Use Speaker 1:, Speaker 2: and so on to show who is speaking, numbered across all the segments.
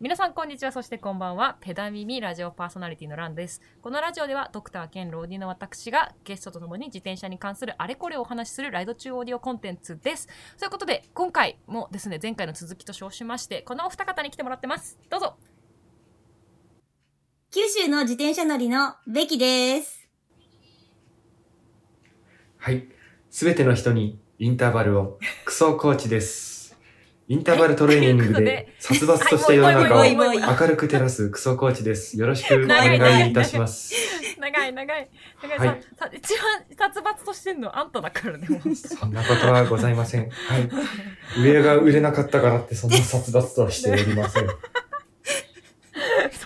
Speaker 1: 皆さんこんにちはそしてこんばんはペダミミラジオパーソナリティのランですこのラジオではドクター兼ローディの私がゲストとともに自転車に関するあれこれをお話しするライド中オーディオコンテンツですということで今回もですね前回の続きと称しましてこのお二方に来てもらってますどうぞ
Speaker 2: 九州の自転車乗りのベキです。
Speaker 3: はい。すべての人にインターバルを。クソコーチです。インターバルトレーニングで殺伐とした世の中
Speaker 2: は
Speaker 3: を
Speaker 2: いもうもうもうもう
Speaker 3: 明るく照らすクソコーチです。よろしくお願いいたします。
Speaker 1: 長い長い長い
Speaker 3: はい
Speaker 1: ささ一番殺伐としてんのあんただから ねもう
Speaker 3: そんなことはございません。はい。上が売れなかったからってそんな殺伐とはしておりません。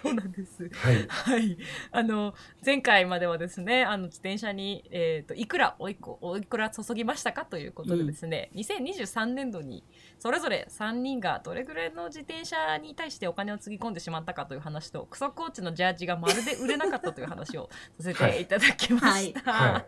Speaker 1: そうなんです
Speaker 3: はい。
Speaker 1: はい、あの前回まではですねあの自転車に、えー、といくらおいこおいくら注ぎましたかということでですね、2023年度にそれぞれ3人がどれぐらいの自転車に対してお金をつぎ込んでしまったかという話とクソコーチのジャージがまるで売れなかったという話を させていただきました。
Speaker 3: は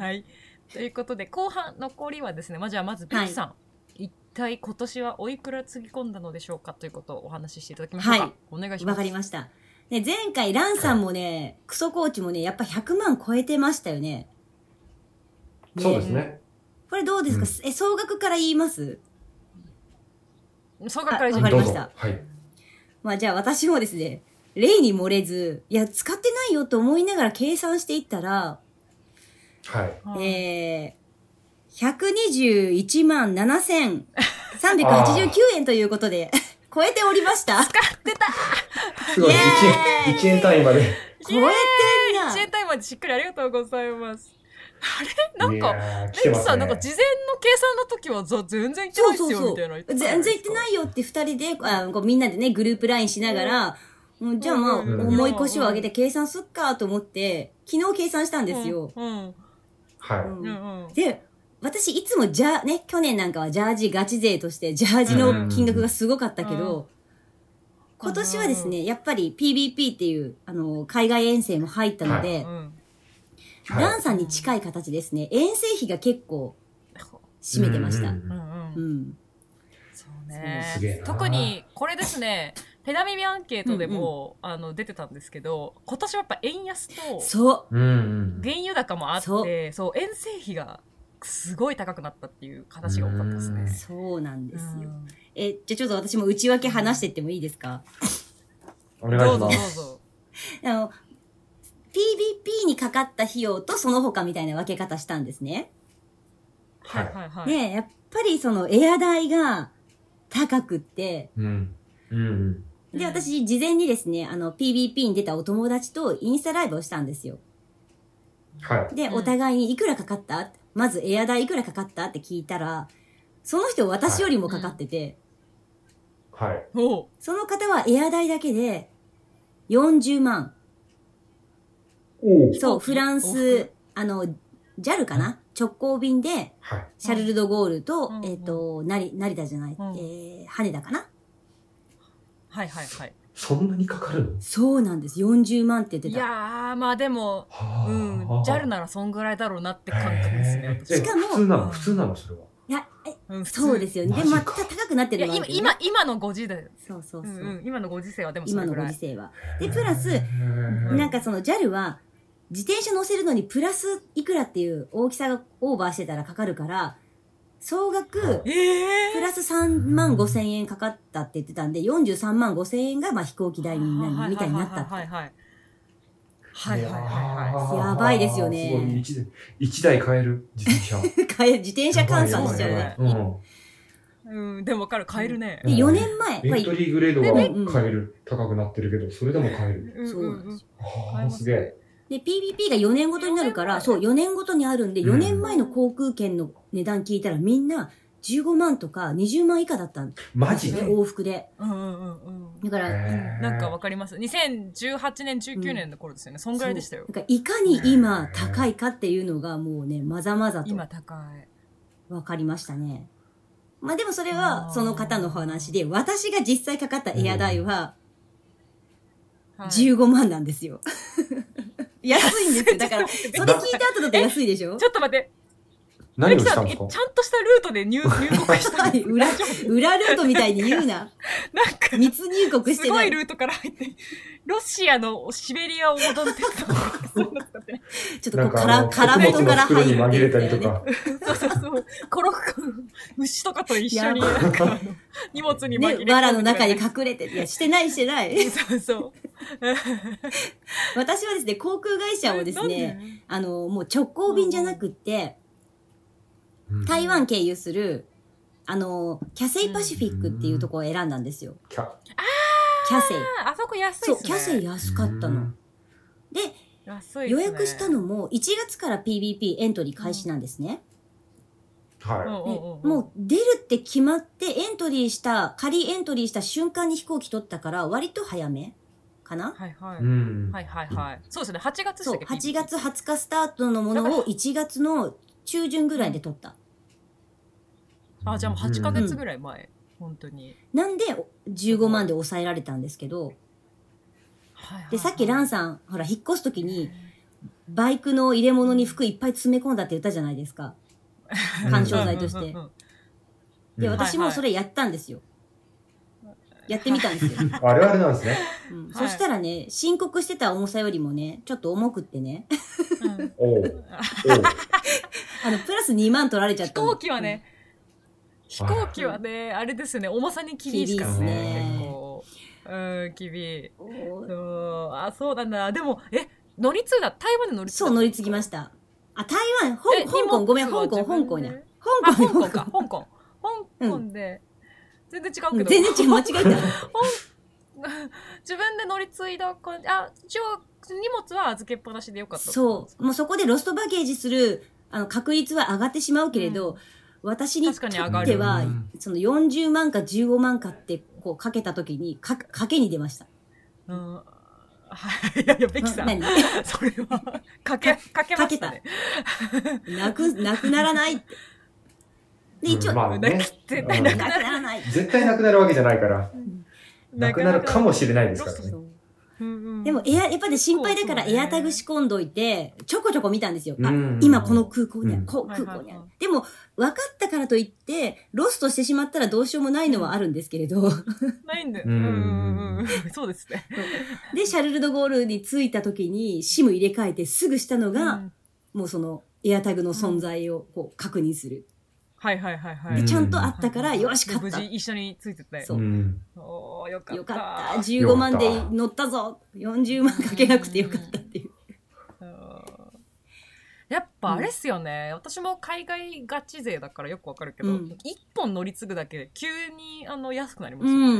Speaker 1: はいということで後半残りはですね、まあ、じゃあまずビッさん、一体今年はおいくらつぎ込んだのでしょうかということをお話ししていただきましょうか。
Speaker 2: はい
Speaker 1: お願いしま
Speaker 2: わ
Speaker 1: す。
Speaker 2: かりました。ね、前回ランさんもね、クソコーチもね、やっぱ100万超えてましたよね。ね
Speaker 3: そうですね。
Speaker 2: これどうですか、え、総額から言います
Speaker 1: 総額からいいですか
Speaker 2: わかり
Speaker 3: ど
Speaker 2: ま
Speaker 3: う
Speaker 2: し
Speaker 3: ぞ。
Speaker 2: た
Speaker 3: はい。
Speaker 2: まあじゃあ私もですね、例に漏れず、いや、使ってないよと思いながら計算していったら、
Speaker 3: はい。
Speaker 2: えー、121万7389 円ということで、 超えておりました。
Speaker 3: すごい。
Speaker 2: イエーイ
Speaker 3: 1円、1円単位まで。
Speaker 2: 超えてんな
Speaker 1: 支援隊までしっかりありがとうございます。あれなん
Speaker 3: い
Speaker 1: か、
Speaker 3: やー来て
Speaker 1: レイ
Speaker 3: ま
Speaker 1: キ
Speaker 3: す
Speaker 1: さ
Speaker 3: ね。
Speaker 1: ん、なんか事前の計算の時はざ全然行ってない
Speaker 2: そ
Speaker 1: っす
Speaker 2: うそう
Speaker 1: よ
Speaker 2: そ
Speaker 1: み
Speaker 2: う
Speaker 1: たいなの言。たじゃ
Speaker 2: 全然行ってないよって二人で、あこうみんなでね、グループラインしながら、もうじゃあまあ、
Speaker 1: うん
Speaker 3: うん
Speaker 2: 重い腰を上げて計算すっかと思って、昨日計算したんですよ。
Speaker 1: うん。
Speaker 3: は
Speaker 1: うん。うんうん
Speaker 2: で、私いつもじゃ、ね、去年なんかはジャージガチ勢として、ジャージの金額がすごかったけ
Speaker 1: うんうん
Speaker 2: ど、今年はですね、やっぱり PBP っていう、あの、海外遠征も入ったので、
Speaker 3: い。はい。
Speaker 2: ランさんに近い形ですね、遠征費が結構占めてました。
Speaker 3: う
Speaker 2: うんん
Speaker 3: うんうん
Speaker 1: うんうんそう
Speaker 3: そうすげえ
Speaker 1: ね
Speaker 3: な。
Speaker 1: 特に、これですね、ペダミミアンケートでも、あの、出てたんですけど、今年はやっぱ円安と、
Speaker 2: そう。
Speaker 3: うん
Speaker 1: 原油高もあって、そう、遠征費がすごい高くなったっていう形が多かったですね。
Speaker 2: そうなんです
Speaker 1: う
Speaker 2: よ。
Speaker 1: ん
Speaker 2: え、じゃあちょっと私も内訳話してってもいいですか
Speaker 3: うん。お
Speaker 1: どう
Speaker 3: 願
Speaker 1: ぞ
Speaker 3: いし
Speaker 1: ど
Speaker 3: ま
Speaker 1: う
Speaker 3: す。
Speaker 1: ぞ。
Speaker 2: あの、PVP にかかった費用とその他みたいな分け方したんですね。
Speaker 1: は
Speaker 3: はいい
Speaker 1: はいはい。
Speaker 2: で、やっぱりそのエア代が高くって、
Speaker 3: うん。うん。
Speaker 1: うん
Speaker 2: で、私、事前にですね、あの、PVP に出たお友達とインスタライブをしたんですよ。
Speaker 3: はい。
Speaker 2: で、
Speaker 1: うん
Speaker 2: お互いにいくらかかったまずエア代いくらかかったって聞いたら、その人私よりもかかってて、
Speaker 3: はい。
Speaker 1: おう
Speaker 2: その方はエア代だけで40万。
Speaker 3: おお。
Speaker 2: そ
Speaker 1: 飛行
Speaker 2: う、
Speaker 1: 機
Speaker 2: フラン
Speaker 1: 往
Speaker 2: ス、あの、JAL かな直行便で、
Speaker 3: はい。
Speaker 2: シャルル・ド・ゴールと、
Speaker 1: うん
Speaker 2: えっ、と、成成田じゃない、
Speaker 1: うん
Speaker 2: えー、羽田かな
Speaker 1: はいはいはい。
Speaker 3: そんなにかかるの
Speaker 2: そうなんです。40万って言って
Speaker 1: い
Speaker 2: た。
Speaker 1: やー、まあでも、
Speaker 3: は
Speaker 1: う
Speaker 3: あ
Speaker 1: ん、JAL ならそんぐらいだろうなって感覚ですね
Speaker 3: へ。え
Speaker 1: 私
Speaker 2: しかも
Speaker 3: 普通な
Speaker 1: う
Speaker 3: の
Speaker 1: ん
Speaker 3: 普通なのそれは。
Speaker 2: いや、え
Speaker 1: うん普通
Speaker 2: そうですよね。
Speaker 3: マ
Speaker 2: で、
Speaker 3: ジか
Speaker 2: また高くなって
Speaker 1: い
Speaker 2: る
Speaker 1: や、
Speaker 2: のは
Speaker 1: 今、
Speaker 2: あるけどね
Speaker 1: 今、今のご時代。
Speaker 2: そうそう
Speaker 1: う
Speaker 2: そう。
Speaker 1: んうん、今のご時世はでもそ
Speaker 2: 今
Speaker 1: れ
Speaker 2: の
Speaker 1: ぐ
Speaker 2: ご
Speaker 1: ら
Speaker 2: 時
Speaker 1: い。
Speaker 2: 世は。で、プラス
Speaker 3: へ、ー
Speaker 2: なんかその JAL は、自転車乗せるのにプラスいくらっていう大きさがオーバーしてたらかかるから、総額、
Speaker 1: え
Speaker 2: プ
Speaker 1: え
Speaker 2: ラス3万5千円かかったって言ってたんで、43万5千円がまあ飛行機代になるみたいになったって
Speaker 1: はいはいはいはい。はいはいはいはい。
Speaker 3: やー
Speaker 2: やばいですよね
Speaker 3: すごい一台一台買える自転 車。自
Speaker 2: 買え自転車換算しちゃう
Speaker 1: よ
Speaker 2: ね。
Speaker 3: うん。
Speaker 1: うん、でもわかる、買えるね。
Speaker 2: で、4年前、こ
Speaker 3: エント
Speaker 2: れ、
Speaker 3: リーグレード
Speaker 2: うん
Speaker 3: が買える。高くなってるけど、それでも買える。
Speaker 1: うん
Speaker 2: そうなんですよ
Speaker 3: は
Speaker 1: 買え
Speaker 3: あ、
Speaker 1: ます
Speaker 3: すげえ。
Speaker 2: で、PVP が4年ごとになるか
Speaker 1: 4
Speaker 2: ら、
Speaker 1: 年前
Speaker 2: そう、4年ごとにあるんで、
Speaker 3: うん
Speaker 2: 4年前の航空券の値段聞いたらみんな15万とか20万以下だったんで
Speaker 3: マ
Speaker 2: す
Speaker 3: ジ
Speaker 2: ね、
Speaker 3: で
Speaker 2: 往復で。
Speaker 1: うんうんうんうん。
Speaker 2: だから、
Speaker 1: なんかわ
Speaker 3: わ
Speaker 1: かります。2018年、19年の頃ですよね。そんぐらいでしたよ
Speaker 2: そう。なんかいかに今高いかっていうのがもうね、まざまざと
Speaker 1: 今高い。
Speaker 2: 分かりましたね。まあでもそれ
Speaker 1: あ
Speaker 2: は
Speaker 1: ー
Speaker 2: その方の話で、私が実際かかったエア代は
Speaker 1: はい
Speaker 2: 15万なんですよ。 安いんですよ。だから、それ
Speaker 3: ちょっと
Speaker 2: 聞いた後だと安いでしょ
Speaker 1: ちょっと待って。
Speaker 3: 何をしたんで
Speaker 1: え
Speaker 3: すか
Speaker 1: ちゃんとしたルートで 入入国したの
Speaker 2: 何裏
Speaker 1: 大丈夫
Speaker 2: 裏ルートみたいに言うな。
Speaker 1: なんか
Speaker 2: 密入国して
Speaker 1: す
Speaker 2: な
Speaker 1: ご
Speaker 2: い。
Speaker 1: いルートから入って、ロシアのシベリアを戻ってったと か、そんな使ってない。
Speaker 2: ちょっと
Speaker 3: な
Speaker 2: こ
Speaker 3: ん
Speaker 2: う、
Speaker 3: か
Speaker 2: か
Speaker 3: あ
Speaker 2: ら、
Speaker 3: の、
Speaker 2: から
Speaker 3: 穀
Speaker 2: 元
Speaker 3: 物の
Speaker 2: から
Speaker 3: 袋
Speaker 2: 入
Speaker 3: に
Speaker 2: って
Speaker 3: 紛れ
Speaker 2: い
Speaker 3: た
Speaker 2: た
Speaker 3: り
Speaker 2: よ
Speaker 3: と
Speaker 2: ね。
Speaker 3: か、
Speaker 1: そうそうそう。コロッコ、牛とかと一緒に、
Speaker 2: いや
Speaker 1: なんかあの、荷物に紛れ込んで
Speaker 2: ね、藁の中に隠れて。いや、してないしてない。
Speaker 1: そうそう。
Speaker 2: 私はですね、航空会社をです
Speaker 1: え
Speaker 2: ね、。あの、もう直行便じゃなくって、
Speaker 3: うん
Speaker 2: 台湾経由する、あの、キャセイパシフィックっていうところを選んだんですよ。
Speaker 3: キャ
Speaker 2: キャセイ。
Speaker 1: なんであそこ安い
Speaker 2: そ
Speaker 1: っ
Speaker 2: う、
Speaker 1: すね。
Speaker 2: キャセイ安かった
Speaker 3: う
Speaker 2: の
Speaker 3: ん。
Speaker 2: で、
Speaker 1: 安いっすね。
Speaker 2: 予約したのも、1月から PBP エントリー開始なんですね。
Speaker 1: うん
Speaker 3: は。
Speaker 1: うんうんうん。
Speaker 2: もう出るって決まってエントリーした、仮エントリーした瞬間に飛行機取ったから、割と早めかな
Speaker 1: はいはい
Speaker 3: う
Speaker 1: い。
Speaker 3: ん。
Speaker 1: はいはいはい。そうですね。8月でした
Speaker 2: そう、
Speaker 1: っけピ
Speaker 2: 8
Speaker 1: ー
Speaker 2: 月20日スタートのものを1月の中旬ぐらいで取った。
Speaker 1: あ、じゃあもう8ヶ月ぐらい前。本当に。
Speaker 2: なんで、15万で抑えられたんですけど、
Speaker 1: はいはいはい
Speaker 2: で、さっきランさん、ほら、引っ越すときに、バイクの入れ物に服いっぱい詰め込んだって言ったじゃないですか。緩衝材とし
Speaker 1: うんうん
Speaker 2: て
Speaker 1: うん。うん
Speaker 2: で、
Speaker 3: うん
Speaker 2: 私もそれやったんですよ。やってみたんですよ。
Speaker 3: あれあれなんですね。
Speaker 2: うん
Speaker 1: はい
Speaker 2: そしたらね、申告してた重さよりもね、ちょっと重くってね、
Speaker 1: うん
Speaker 3: おうおう。
Speaker 2: あの、プラス2万取られちゃっ
Speaker 1: 飛
Speaker 2: たの。
Speaker 1: 行機はね、飛行機はね、あれですよね、重さに厳しいですから
Speaker 3: 厳いっ
Speaker 1: ね
Speaker 3: すね、
Speaker 1: 結構。うん、厳しい。
Speaker 2: うん。おー
Speaker 1: そうあ、そうなんだ。でも、え、乗り継いだ、台湾で乗り継いだ
Speaker 2: そう、乗り継ぎました。あ、台湾、ほ
Speaker 1: え
Speaker 2: ん香港、ごめん、
Speaker 1: 荷
Speaker 2: 香
Speaker 1: 物は
Speaker 2: 港、香港
Speaker 1: 自
Speaker 2: や。
Speaker 1: 分
Speaker 2: 香
Speaker 1: で
Speaker 2: 港
Speaker 1: あ、香港か、
Speaker 2: 香
Speaker 1: 香港。香港で、全然違う
Speaker 2: う
Speaker 1: け
Speaker 2: ん
Speaker 1: ど。
Speaker 2: 全然違う、間違えた。
Speaker 1: 自分で乗り継いだ感じ。あ、一応、荷物は預けっぱなしでよかった。
Speaker 2: そう。もうそこでロストバゲージする、あの、確率は上がってしまうけれど、私にとっ
Speaker 1: 確かに上が
Speaker 2: て
Speaker 1: る
Speaker 2: は
Speaker 3: うん、
Speaker 2: その40万か15万かって、こう、かけた時に、か、かけに出ました。
Speaker 1: う。うん。 はい、いやいや、ベキさ、
Speaker 2: なん何
Speaker 1: それは、かけ、かけましたね。
Speaker 2: なく、なくならないって。で、一応、
Speaker 3: まあ
Speaker 1: 泣
Speaker 3: ね
Speaker 1: きって、
Speaker 3: あ
Speaker 1: 泣
Speaker 3: の
Speaker 2: なくならない。
Speaker 3: 絶対なくなるわけじゃないから、な
Speaker 1: な
Speaker 3: く
Speaker 1: か
Speaker 3: な
Speaker 1: な
Speaker 3: る
Speaker 1: か
Speaker 3: かもしれないですからね。
Speaker 2: そう
Speaker 1: で
Speaker 2: でも、エア、やっぱり心配だから
Speaker 1: そうそう
Speaker 2: エ
Speaker 1: ね
Speaker 2: アタグ仕込んどいて、ちょこちょこ見たんですよ。あ
Speaker 3: うん、
Speaker 2: 今この空港にあ
Speaker 3: う
Speaker 2: る、
Speaker 3: ん
Speaker 2: こう
Speaker 1: はいはい
Speaker 2: 空港にある
Speaker 1: は。
Speaker 2: でも、分かったからといって、ロストしてしまったらどうしようもないのはあるんですけれ ど、
Speaker 1: ないんだよ。
Speaker 3: う
Speaker 1: うんんうんうん。そうですね。
Speaker 2: で、シャルル・ド・ゴールに着いた時に、シム入れ替えてすぐしたの
Speaker 1: う
Speaker 2: が、
Speaker 1: ん
Speaker 2: もうその、エアタグの存在をこう確認する。
Speaker 1: はいはいはいは
Speaker 3: う
Speaker 2: で、
Speaker 1: い。
Speaker 2: ちゃんとあったから、よし、
Speaker 1: 無
Speaker 2: 勝っ
Speaker 1: 事
Speaker 2: た。
Speaker 1: 一緒についてて。
Speaker 2: そう
Speaker 3: うん。
Speaker 1: おーよかった。
Speaker 2: よかった。15万で乗ったぞ。40万かけなくてよかったっていう。
Speaker 1: うんやっぱあれっすよね、私も海外ガチ勢だからよくわかるけ
Speaker 2: う
Speaker 1: ど、
Speaker 2: ん
Speaker 1: 一本乗り継ぐだけで急にあの安くなりま
Speaker 2: う
Speaker 1: すよ
Speaker 2: ん
Speaker 1: ね。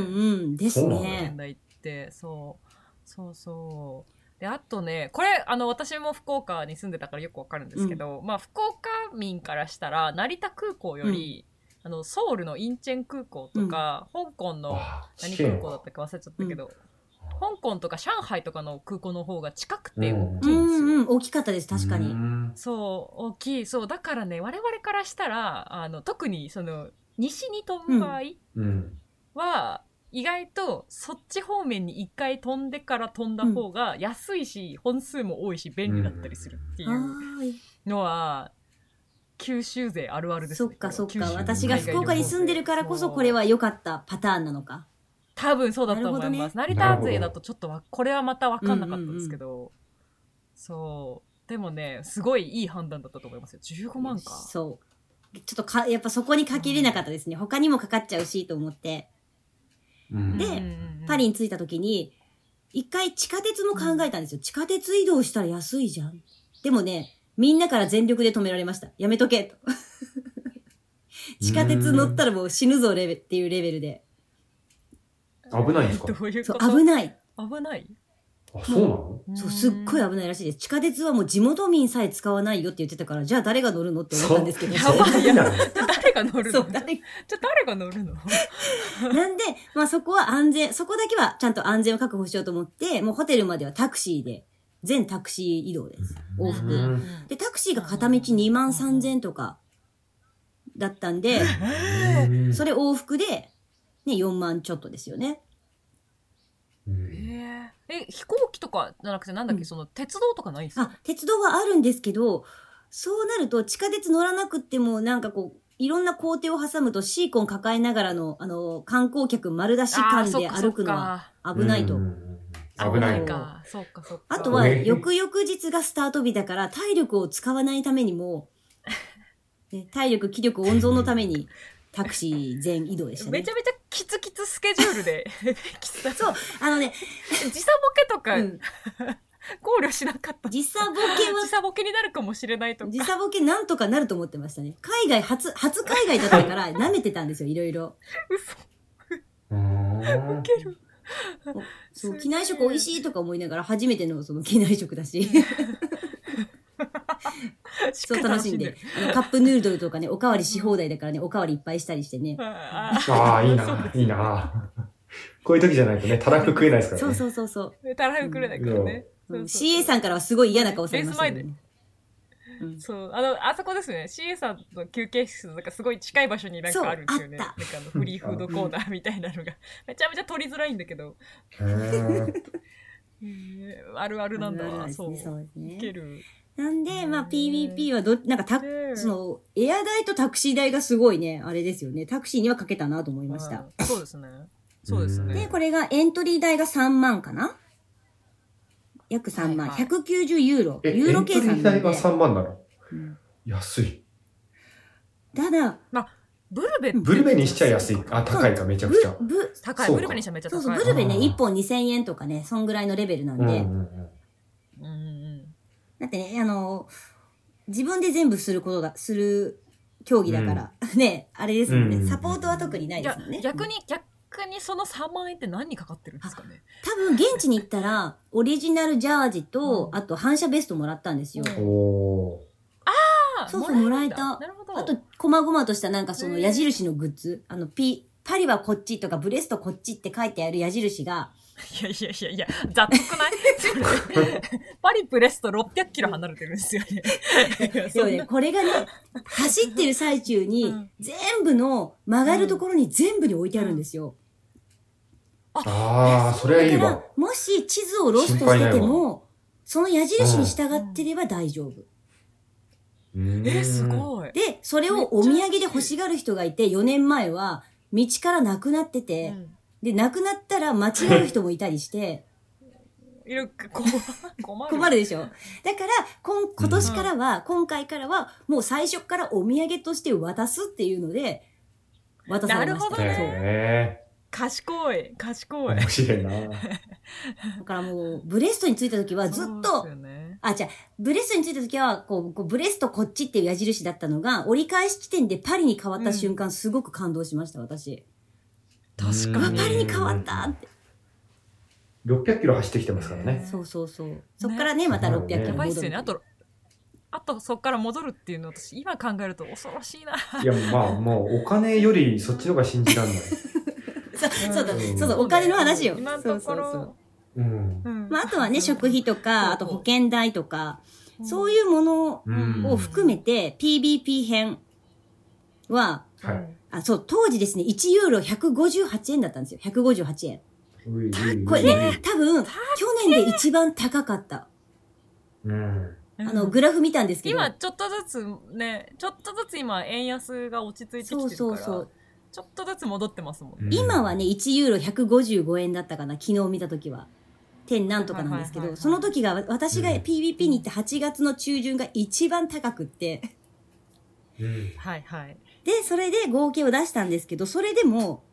Speaker 2: うん。です
Speaker 3: そうなん
Speaker 1: 仙
Speaker 2: ね。
Speaker 1: 台ってそうそうそうであとねこれあの私も福岡に住んでたからよくわかるんですけど、まあ福岡民からしたら成田空港より、あのソウルのインチェン空港とか、香港の
Speaker 3: ああ、
Speaker 1: 何
Speaker 3: 試
Speaker 1: 空
Speaker 3: 験
Speaker 1: 港だったか忘れちゃったけど、香港とか上海とかの空港の方が近くて
Speaker 3: う
Speaker 1: 大
Speaker 3: ん
Speaker 2: う
Speaker 1: きいんですよ。
Speaker 2: んうん。大きかったです。確か
Speaker 3: う
Speaker 2: に。
Speaker 3: ん
Speaker 1: そう大きいそうだからね我々からしたらあの特にその西に飛ぶ場合
Speaker 3: うん。
Speaker 1: は、意外とそっち方面に一回飛んでから飛んだ方が安いし、本数も多いし便利だったりするってい
Speaker 2: あ
Speaker 1: う
Speaker 2: あ、
Speaker 1: のは、九州勢あるあるです
Speaker 2: そ
Speaker 1: ね。
Speaker 2: っかそっ
Speaker 1: 九州
Speaker 2: か。
Speaker 1: の
Speaker 2: 私が福岡に住んでるからこそこれは良かったパターンなのか。
Speaker 1: 多分そうだと思います。成
Speaker 3: なる
Speaker 1: 田
Speaker 3: ほど
Speaker 1: 勢だとちょっとわこれはまた分かんなかったんですけど、そうでもねすごいいい判断だったと思いますよ。15万か。
Speaker 2: そう。ちょっとか、やっぱそこにかけれなかったですね。他にもかかっちゃうしと思って。
Speaker 3: うん
Speaker 2: でパリに着いた時に、一回地下鉄も考えたんですよ。地下鉄移動したら安いじゃん。でもね、みんなから全力で止められました。やめと けと。地下鉄乗ったらもう死ぬぞレベっていうレベルで。
Speaker 3: 危ないんですか
Speaker 1: どういう
Speaker 2: そ
Speaker 1: こ
Speaker 2: う、
Speaker 1: と
Speaker 2: 危ない。
Speaker 1: 危ない
Speaker 3: あ、そうなの
Speaker 2: そう、すっごい
Speaker 1: や
Speaker 2: 危ないらしいです。地下鉄はもう地元民さえ使わないよって言ってたから、じゃあ誰が乗るのって思ったんですけど。
Speaker 1: やばい
Speaker 3: や
Speaker 1: や
Speaker 3: ば
Speaker 1: ば
Speaker 3: い
Speaker 1: い誰が乗る
Speaker 2: そ
Speaker 1: の
Speaker 2: う、誰
Speaker 1: じゃあ誰が乗るの
Speaker 2: なんで、まあそこは安全、そこだけはちゃんと安全を確保しようと思って、もうホテルまではタクシーで、全タクシー移動です。往
Speaker 3: う
Speaker 2: 復。
Speaker 3: ん
Speaker 2: で、タクシーが片道2万3千とか、だったんで、
Speaker 3: うん
Speaker 2: それ往復で、ね、4万ちょっとですよね。
Speaker 3: うん
Speaker 1: ええ飛行機とかじゃなくてなんだっけ、
Speaker 2: うん
Speaker 1: その鉄道とかないんですか
Speaker 2: あ、鉄道はあるんですけど、そうなると、地下鉄乗らなくっても、なんかこう、いろんな工程を挟むと、シーコン抱えながらの、あの、観光客丸出し
Speaker 1: あー
Speaker 2: 感
Speaker 1: そっ
Speaker 2: で
Speaker 1: かそっ
Speaker 2: 歩くのは
Speaker 1: か
Speaker 2: 危ないと
Speaker 3: う。ん危な
Speaker 2: 危ないい。
Speaker 1: か。そうか、そうか。
Speaker 2: あとは、
Speaker 3: ね
Speaker 2: 翌々日がスタート日だから、体力を使わないためにも、ね、体力、気力温存のために、タクシー全移動でした
Speaker 1: め
Speaker 2: ね
Speaker 1: ち。ゃめちゃキツキツスケジュールで、
Speaker 2: そう、あのね、
Speaker 1: 時差ボケとか
Speaker 2: うん。
Speaker 1: 考慮しなかった。
Speaker 2: 実際冒険は
Speaker 1: 時差ボケになるかもしれないとか。
Speaker 2: 時差ボケなんとかなると思ってましたね。海外、初、 初海外だったから、舐めてたんですよ、いろいろ。
Speaker 1: 嘘
Speaker 3: うん
Speaker 1: ける。
Speaker 2: そう、
Speaker 1: す
Speaker 2: 機
Speaker 1: げえ
Speaker 2: 内食美味しいとか思いながら、初めてのその機内食だし、
Speaker 1: しっ
Speaker 2: そ
Speaker 1: かり
Speaker 2: う楽しんで。あのカップヌードルとかね、おかわりし放題だからね、おかわりいっぱいしたりしてね。
Speaker 1: あー
Speaker 3: ああ、いい
Speaker 1: そう
Speaker 3: な、いいな。こういう時じゃないとね、たらふく食えないですから
Speaker 2: そう
Speaker 3: ね。
Speaker 2: そうそうそう。
Speaker 1: たらふくれないからね。
Speaker 2: うん
Speaker 1: そうそう
Speaker 2: CA さんからはすごい嫌な顔されましたよ
Speaker 1: レー
Speaker 2: ね。うん
Speaker 1: そう、あの、あそこですね。CA さんの休憩室、なんかすごい近い場所になんかあるんですよね。
Speaker 2: そう
Speaker 1: な
Speaker 2: あ
Speaker 1: ん
Speaker 2: っ
Speaker 1: かあの、フリーフードコーナーみたいなのが。めちゃめちゃ取りづらいんだけど。
Speaker 3: うん
Speaker 1: へーあるあるなんだ
Speaker 2: あるあ
Speaker 1: わ。
Speaker 2: るです
Speaker 1: そう。
Speaker 2: ねそう
Speaker 1: い
Speaker 2: ですね
Speaker 1: ける。
Speaker 2: なんで、まあ
Speaker 1: ね、
Speaker 2: PVP はど、なんかた、
Speaker 1: ね
Speaker 2: その、エア代とタクシー代がすごいね、あれですよね。タクシーにはかけたなと思いました。
Speaker 1: はいそうですね。そうです
Speaker 3: うん
Speaker 1: ね。
Speaker 2: で、これがエントリー代が3万かな約3万。
Speaker 1: はいはい
Speaker 2: 190ユーロ。
Speaker 3: え、
Speaker 2: ユ
Speaker 3: エ
Speaker 2: ーロ
Speaker 3: ント
Speaker 2: 計
Speaker 3: リ
Speaker 2: 算な
Speaker 3: ー
Speaker 2: ん
Speaker 3: 代
Speaker 2: で
Speaker 3: は。3万なの
Speaker 2: うん
Speaker 3: 安い。
Speaker 2: ただ、
Speaker 1: ブルベって
Speaker 3: ブルベにしちゃ安い。あ、高いか、めちゃくちゃ。
Speaker 2: ブ、ブ、
Speaker 1: 高い。
Speaker 3: そうか
Speaker 1: ブルベにしちゃめちゃ
Speaker 2: そ
Speaker 1: 高
Speaker 2: う
Speaker 1: い。
Speaker 2: そう、ブルベね、
Speaker 3: うん
Speaker 2: 1本2000円とかね、そんぐらいのレベルなん
Speaker 3: うんうん
Speaker 2: で。
Speaker 1: うんうん
Speaker 2: だってね、あの、自分で全部することだ、する競技だから。 ね、あれですもん
Speaker 3: うん
Speaker 2: ね。サポートは特にな
Speaker 1: うん。い
Speaker 2: いです
Speaker 1: や
Speaker 2: もんね。、
Speaker 1: 逆に、逆にその3万円って何にかかってるんですかね。
Speaker 2: 多分現地に行ったら、オリジナルジャージと、
Speaker 1: うん
Speaker 2: あと反射ベストもらったんですよ。
Speaker 1: うん
Speaker 3: うん。おー。
Speaker 1: あ
Speaker 2: そうそ
Speaker 1: る
Speaker 2: う
Speaker 1: んだ
Speaker 2: もらえた
Speaker 1: なるほど。
Speaker 2: あと、、細々としたなんかその
Speaker 1: へー
Speaker 2: 矢印のグッズ。あの、ピ、パリはこっちとかブレストこっちって書いてある矢印が、
Speaker 1: いやいやいやいや、雑くないそれパリプレスと600キロ離れてるんですよね。いや
Speaker 2: そ
Speaker 1: そうう
Speaker 2: ね、これがね、走ってる最中
Speaker 1: う
Speaker 2: に
Speaker 1: ん、
Speaker 2: 全部の曲がるところに全部に置いてあるんですよ。
Speaker 3: ああ、それはい
Speaker 2: だ
Speaker 3: い
Speaker 2: か
Speaker 3: わ
Speaker 2: ら。、もし地図をロストしてて
Speaker 3: 心配ない
Speaker 2: も、その矢印に従ってれば大丈夫。
Speaker 3: うん
Speaker 1: え、すごい。
Speaker 2: で、それをお土産で欲しがる人がいて、4年前は、道からなくなってて、
Speaker 1: うん
Speaker 2: で、亡くなったら間違える人もいたりして、
Speaker 1: いるか、困る。 困る。
Speaker 2: 困るでしょだから、今、今年からは、今回からは、もう最初からお土産として渡すっていうので、渡されまし
Speaker 1: な
Speaker 2: た。
Speaker 1: るほどね
Speaker 3: ね
Speaker 1: 賢い、賢い。
Speaker 3: 面 白いな。
Speaker 2: そう。だからもう、ブレストに着いた時はずっ
Speaker 1: そう
Speaker 2: と
Speaker 1: です、よね
Speaker 2: あ、じゃブレストに着いた時はこう、こう、ブレストこっちっていう矢印だったのが、折り返し地点でパリに変わった瞬間、すごく感動しました、私。
Speaker 1: 確
Speaker 2: う
Speaker 1: か
Speaker 2: わ、
Speaker 1: に。
Speaker 2: パリに変わったって。
Speaker 3: 600キロ走ってきてますからね。
Speaker 2: そうそうそう。そっからね、また600キロ戻る。
Speaker 1: やばいっすよね。あと、あとそこから戻るっていうの私、今考えると恐ろしいな。
Speaker 3: いや、まあ、もうお金よりそっちの方が信 じらんない。
Speaker 2: そうそうだ、
Speaker 3: うん
Speaker 2: そうそう、お金の話よ。
Speaker 1: 今の
Speaker 2: そう
Speaker 1: と
Speaker 2: そ
Speaker 1: こ
Speaker 2: うそう
Speaker 1: ろ。。
Speaker 3: うん。
Speaker 1: うん
Speaker 2: まあ、あとはね、食費とか、あと保険代とか、そう
Speaker 1: い
Speaker 2: いうもの
Speaker 3: うん。
Speaker 2: を含めて、PBP 編は、
Speaker 3: はい。
Speaker 2: あ、そう、当時ですね、1ユーロ158円だったんですよ。158円。
Speaker 3: ういういういう
Speaker 2: これね、多分、去年で一番高かった。
Speaker 3: うん。
Speaker 1: う
Speaker 2: あ
Speaker 1: ん
Speaker 2: の、グラフ見たんですけど。
Speaker 1: 今ちょっとずつねちょっとずつ今円安が落ち着いてきてる
Speaker 2: そ
Speaker 1: か
Speaker 2: う
Speaker 1: ら
Speaker 2: そうそう。
Speaker 1: ちょっとずつ戻ってますもんね
Speaker 3: うん
Speaker 2: 今はね、、1ユーロ155円だったかな、昨日見たときは。点なんとかなんですけ
Speaker 1: はいはいはいは
Speaker 2: ど、
Speaker 1: い
Speaker 2: その時が、私が
Speaker 3: うん
Speaker 2: PVP に行った8月の中旬が一番高くって、
Speaker 3: うん。
Speaker 1: はいはい
Speaker 2: で、それで合計を出したんですけど、それでも、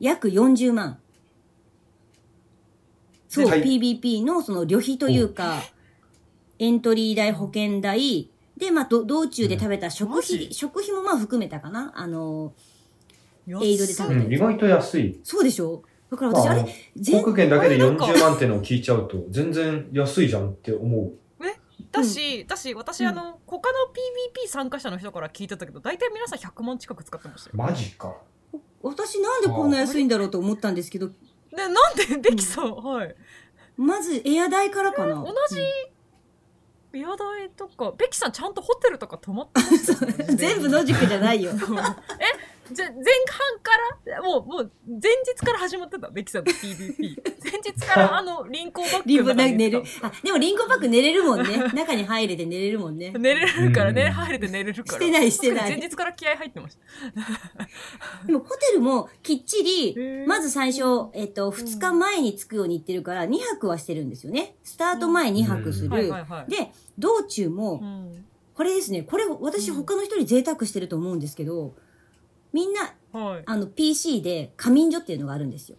Speaker 2: 約40万。そう、
Speaker 3: はい
Speaker 2: PVP のその旅費というか、エントリー代、保険代、で、まあ、ど道中で食べた食
Speaker 1: マ
Speaker 2: 費、
Speaker 1: ジ
Speaker 2: 食費もまあ含めたかな。あの、エイドで食べ
Speaker 3: う
Speaker 1: 安い
Speaker 2: て
Speaker 3: ん、意外と安い。
Speaker 2: そうでしょだから
Speaker 3: ま
Speaker 2: 私、あ
Speaker 3: あ、
Speaker 2: れ、
Speaker 3: 航
Speaker 2: 全
Speaker 3: 空券だけで
Speaker 1: これなん
Speaker 3: 40
Speaker 1: か
Speaker 3: 万ってのを聞いちゃうと、全然安いじゃんって思う。
Speaker 1: だし、だし私、
Speaker 2: うん
Speaker 1: あの他の PVP 参加者の人から聞いてたけど大体皆さん100万近く使ってましたよ
Speaker 3: マジか。
Speaker 2: 私なんでこんな安いんだろうと思ったんですけど、
Speaker 1: ねなんでできそう、はい
Speaker 2: まずエア代からかな。
Speaker 1: 同じビア代 とかベキさんちゃんとホテルとか泊まってましたよね
Speaker 2: うん全部野宿じゃないよ。
Speaker 1: そうえじゃ前半から、もう、もう、前日から始まってた、ベキさんの PVP。前日からあの、輪行バッ
Speaker 2: リン
Speaker 1: グ
Speaker 2: ゴ
Speaker 1: の中
Speaker 2: な
Speaker 1: に入
Speaker 2: 寝
Speaker 1: れて
Speaker 2: る
Speaker 1: た。
Speaker 2: あ、でもリンゴパック寝れるもんね。中に入れて寝れるもんね。
Speaker 1: 寝れるから
Speaker 3: う
Speaker 1: ね、
Speaker 3: ん
Speaker 1: 入れて寝れるから。
Speaker 2: してないしてない
Speaker 1: 確かに前日から気合入ってました。
Speaker 2: でもホテルもきっち
Speaker 1: へー
Speaker 2: り、まず最初、えっと、2日前に着くように行ってるから、2泊はしてるんですよね。スタート前2泊す
Speaker 3: うん
Speaker 1: はい
Speaker 2: る
Speaker 1: はい。はい。
Speaker 2: で、道中
Speaker 1: う
Speaker 2: も、
Speaker 1: ん
Speaker 2: これですね、これ私
Speaker 1: うん
Speaker 2: 他の人に贅沢してると思うんですけど、みんな、
Speaker 1: はい。
Speaker 2: あの、PC で、仮眠所っていうのがあるんですよ。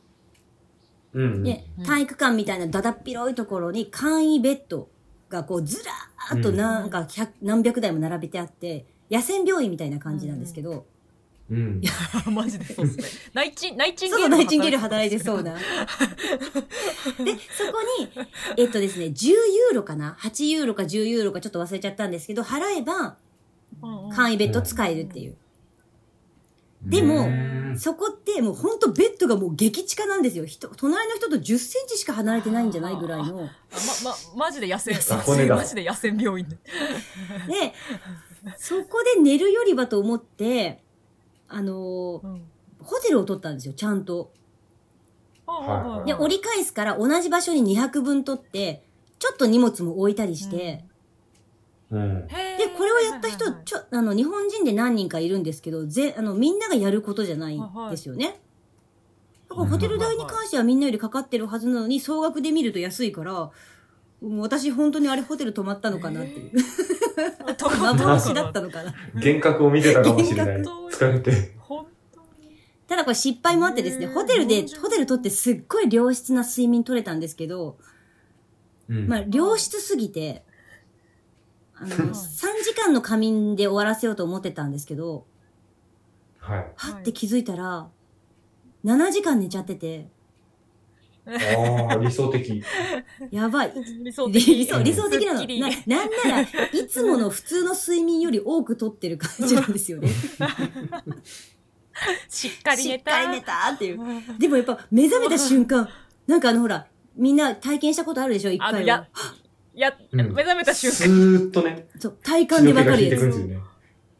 Speaker 3: うん。
Speaker 2: で
Speaker 1: うん、
Speaker 2: 体育館みたいなだだっ広いところに簡易ベッドがこうずらーっとなんか100何百台も並べてあって、野戦病院みたいな感じなんですけど、
Speaker 3: うん。
Speaker 1: マジでそうで すね。ナイチン、ナイチン
Speaker 2: そ
Speaker 1: ゲー
Speaker 2: う、
Speaker 1: ル。
Speaker 2: ナイチンゲール働いてそうな。で、そこに、えっとですね、10ユーロかな ?8 ユーロか10ユーロかちょっと忘れちゃったんですけど、払えば
Speaker 1: うんうん。
Speaker 2: 簡易ベッド使えるっていう。で
Speaker 3: う
Speaker 2: も
Speaker 3: ん、
Speaker 2: そこってもうほんとベッドがもう激地下なんですよ。人、隣の人と10センチしか離れてないんじゃないぐらいの。
Speaker 1: ま、ま、マジで野戦。
Speaker 3: 雑魚寝だ
Speaker 1: マジで野戦病院で。
Speaker 2: で、そこで寝るよりはと思って、あのー
Speaker 1: うん
Speaker 2: ホテルを取ったんですよ、ちゃんと。
Speaker 1: はい
Speaker 3: はいはい
Speaker 2: で、折り返すから同じ場所に2泊分取って、ちょっと荷物も置いたりして、
Speaker 3: う
Speaker 1: へ
Speaker 3: ん。
Speaker 1: ー
Speaker 2: で、これをやった人
Speaker 1: はいはい、はい
Speaker 2: ちょ、あの、日本人で何人かいるんですけど、ぜ、あの、みんながやることじゃないんですよね。だからホテル代に関してはみんなよりかかってるはずなのに、総額で見ると安いから、もう私本当にあれホテル泊まったのかなっていう。
Speaker 1: と
Speaker 2: 幻だったのかな。
Speaker 3: 幻覚を見てたかもしれない。
Speaker 1: 幻覚
Speaker 3: 疲れて。
Speaker 1: 本当に。
Speaker 2: ただこれ失敗もあってですね、
Speaker 1: うん
Speaker 2: ホテルで
Speaker 1: 40、
Speaker 2: ホテル取ってすっごい良質な睡眠取れたんですけど、
Speaker 3: うん
Speaker 2: まあ良質すぎて、あの、
Speaker 1: はい
Speaker 2: 3時間の仮眠で終わらせようと思ってたんですけど、
Speaker 3: はい。
Speaker 2: はって気づいたら、7時間寝ちゃっ てて、
Speaker 3: ああ、理想的。
Speaker 2: やばい。
Speaker 1: 理想的。
Speaker 2: 理想、理想的な
Speaker 1: す
Speaker 2: の。
Speaker 1: っきり
Speaker 2: な、なんなら、いつもの普通の睡眠より多く取ってる感じなんで すよね。
Speaker 1: しっかり
Speaker 2: し
Speaker 1: 寝。
Speaker 2: ったかり寝たーっていう。
Speaker 1: うん
Speaker 2: でもやっぱ目覚めた瞬間、なんかあのほら、みんな体験したことあるでしょ一
Speaker 1: あの、
Speaker 2: 回は
Speaker 1: や。、や、
Speaker 3: うん
Speaker 1: 目覚めた瞬
Speaker 3: ス
Speaker 1: 間、
Speaker 3: ーッとね、
Speaker 2: そう、体
Speaker 3: 血
Speaker 2: 感で
Speaker 3: の
Speaker 2: わ
Speaker 3: 気
Speaker 2: か
Speaker 3: が
Speaker 2: る
Speaker 3: 引い
Speaker 2: や
Speaker 3: て
Speaker 2: つ
Speaker 3: く。るんですよね。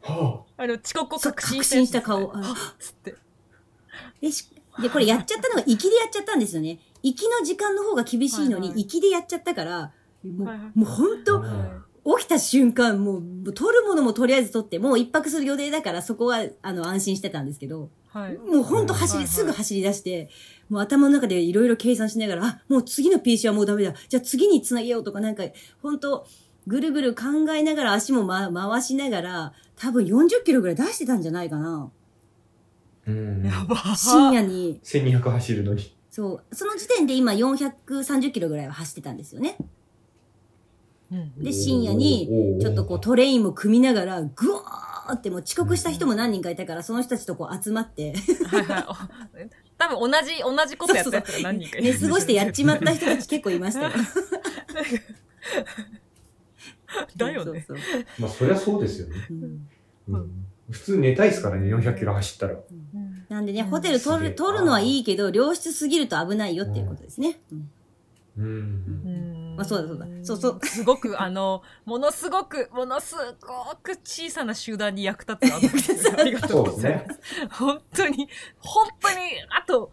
Speaker 3: は
Speaker 1: あの、遅刻を
Speaker 2: そう
Speaker 1: 確信
Speaker 2: 確信した顔
Speaker 1: あ
Speaker 2: あ
Speaker 1: つって。
Speaker 2: でしで、これやっちゃったのが、行きでやっちゃったんですよね。行きの時間の方が厳しいのに、
Speaker 1: はいはい
Speaker 2: 行きでやっちゃったから、もう、
Speaker 1: はいはい
Speaker 2: もう本
Speaker 3: あ。
Speaker 2: 当、
Speaker 3: うん
Speaker 2: 起きた瞬間、もう、もう取るものもとりあえず取って、もう一泊する予定だから、そこは、あの、安心してたんですけど、
Speaker 1: はい。
Speaker 2: もう本当走
Speaker 1: はいは
Speaker 2: り、
Speaker 1: い
Speaker 2: すぐ走り出して、もう頭の中でいろいろ計算しながら、あ、もう次の PC はもうダメだ。じゃあ次につなげようとか、なんか、本当ぐるぐる考えながら、足も、ま、回しながら、多分40キロぐらい出してたんじゃないかな。
Speaker 3: うん。
Speaker 1: やば
Speaker 2: 深夜に。
Speaker 3: 1200走るのに。
Speaker 2: そう。その時点で今430キロぐらいは走ってたんですよね。
Speaker 1: うん
Speaker 2: で、深夜に、
Speaker 3: に
Speaker 2: ちょっとこうトレインも組みながら、ぐわーってもう遅刻した人も何人かいたから、その人たちとこう集まって、
Speaker 1: はいはい。多分同じ、同じことやったやつが何人かいる
Speaker 2: 寝過ごしてやっちまった人たち結構いましたよ。
Speaker 1: だよね。
Speaker 2: そうそう
Speaker 3: まあそりゃそうですよね。
Speaker 2: うん
Speaker 1: うん
Speaker 3: 普通寝たいですからね、400キロ走ったら。
Speaker 1: うん
Speaker 2: なんでね、
Speaker 1: うん
Speaker 2: ホテル取る、取るのはいいけど、良質すぎると危ないよっていうことですね。うん
Speaker 3: うん。
Speaker 2: あそうだそうだそうそう
Speaker 1: すごく、あの、ものすごく、ものすごく小さな集団に役立つアドバイス。 ありがと
Speaker 3: そううで
Speaker 1: ご
Speaker 3: す
Speaker 1: ざいます
Speaker 3: ね。
Speaker 1: 本当に、本当に、あと、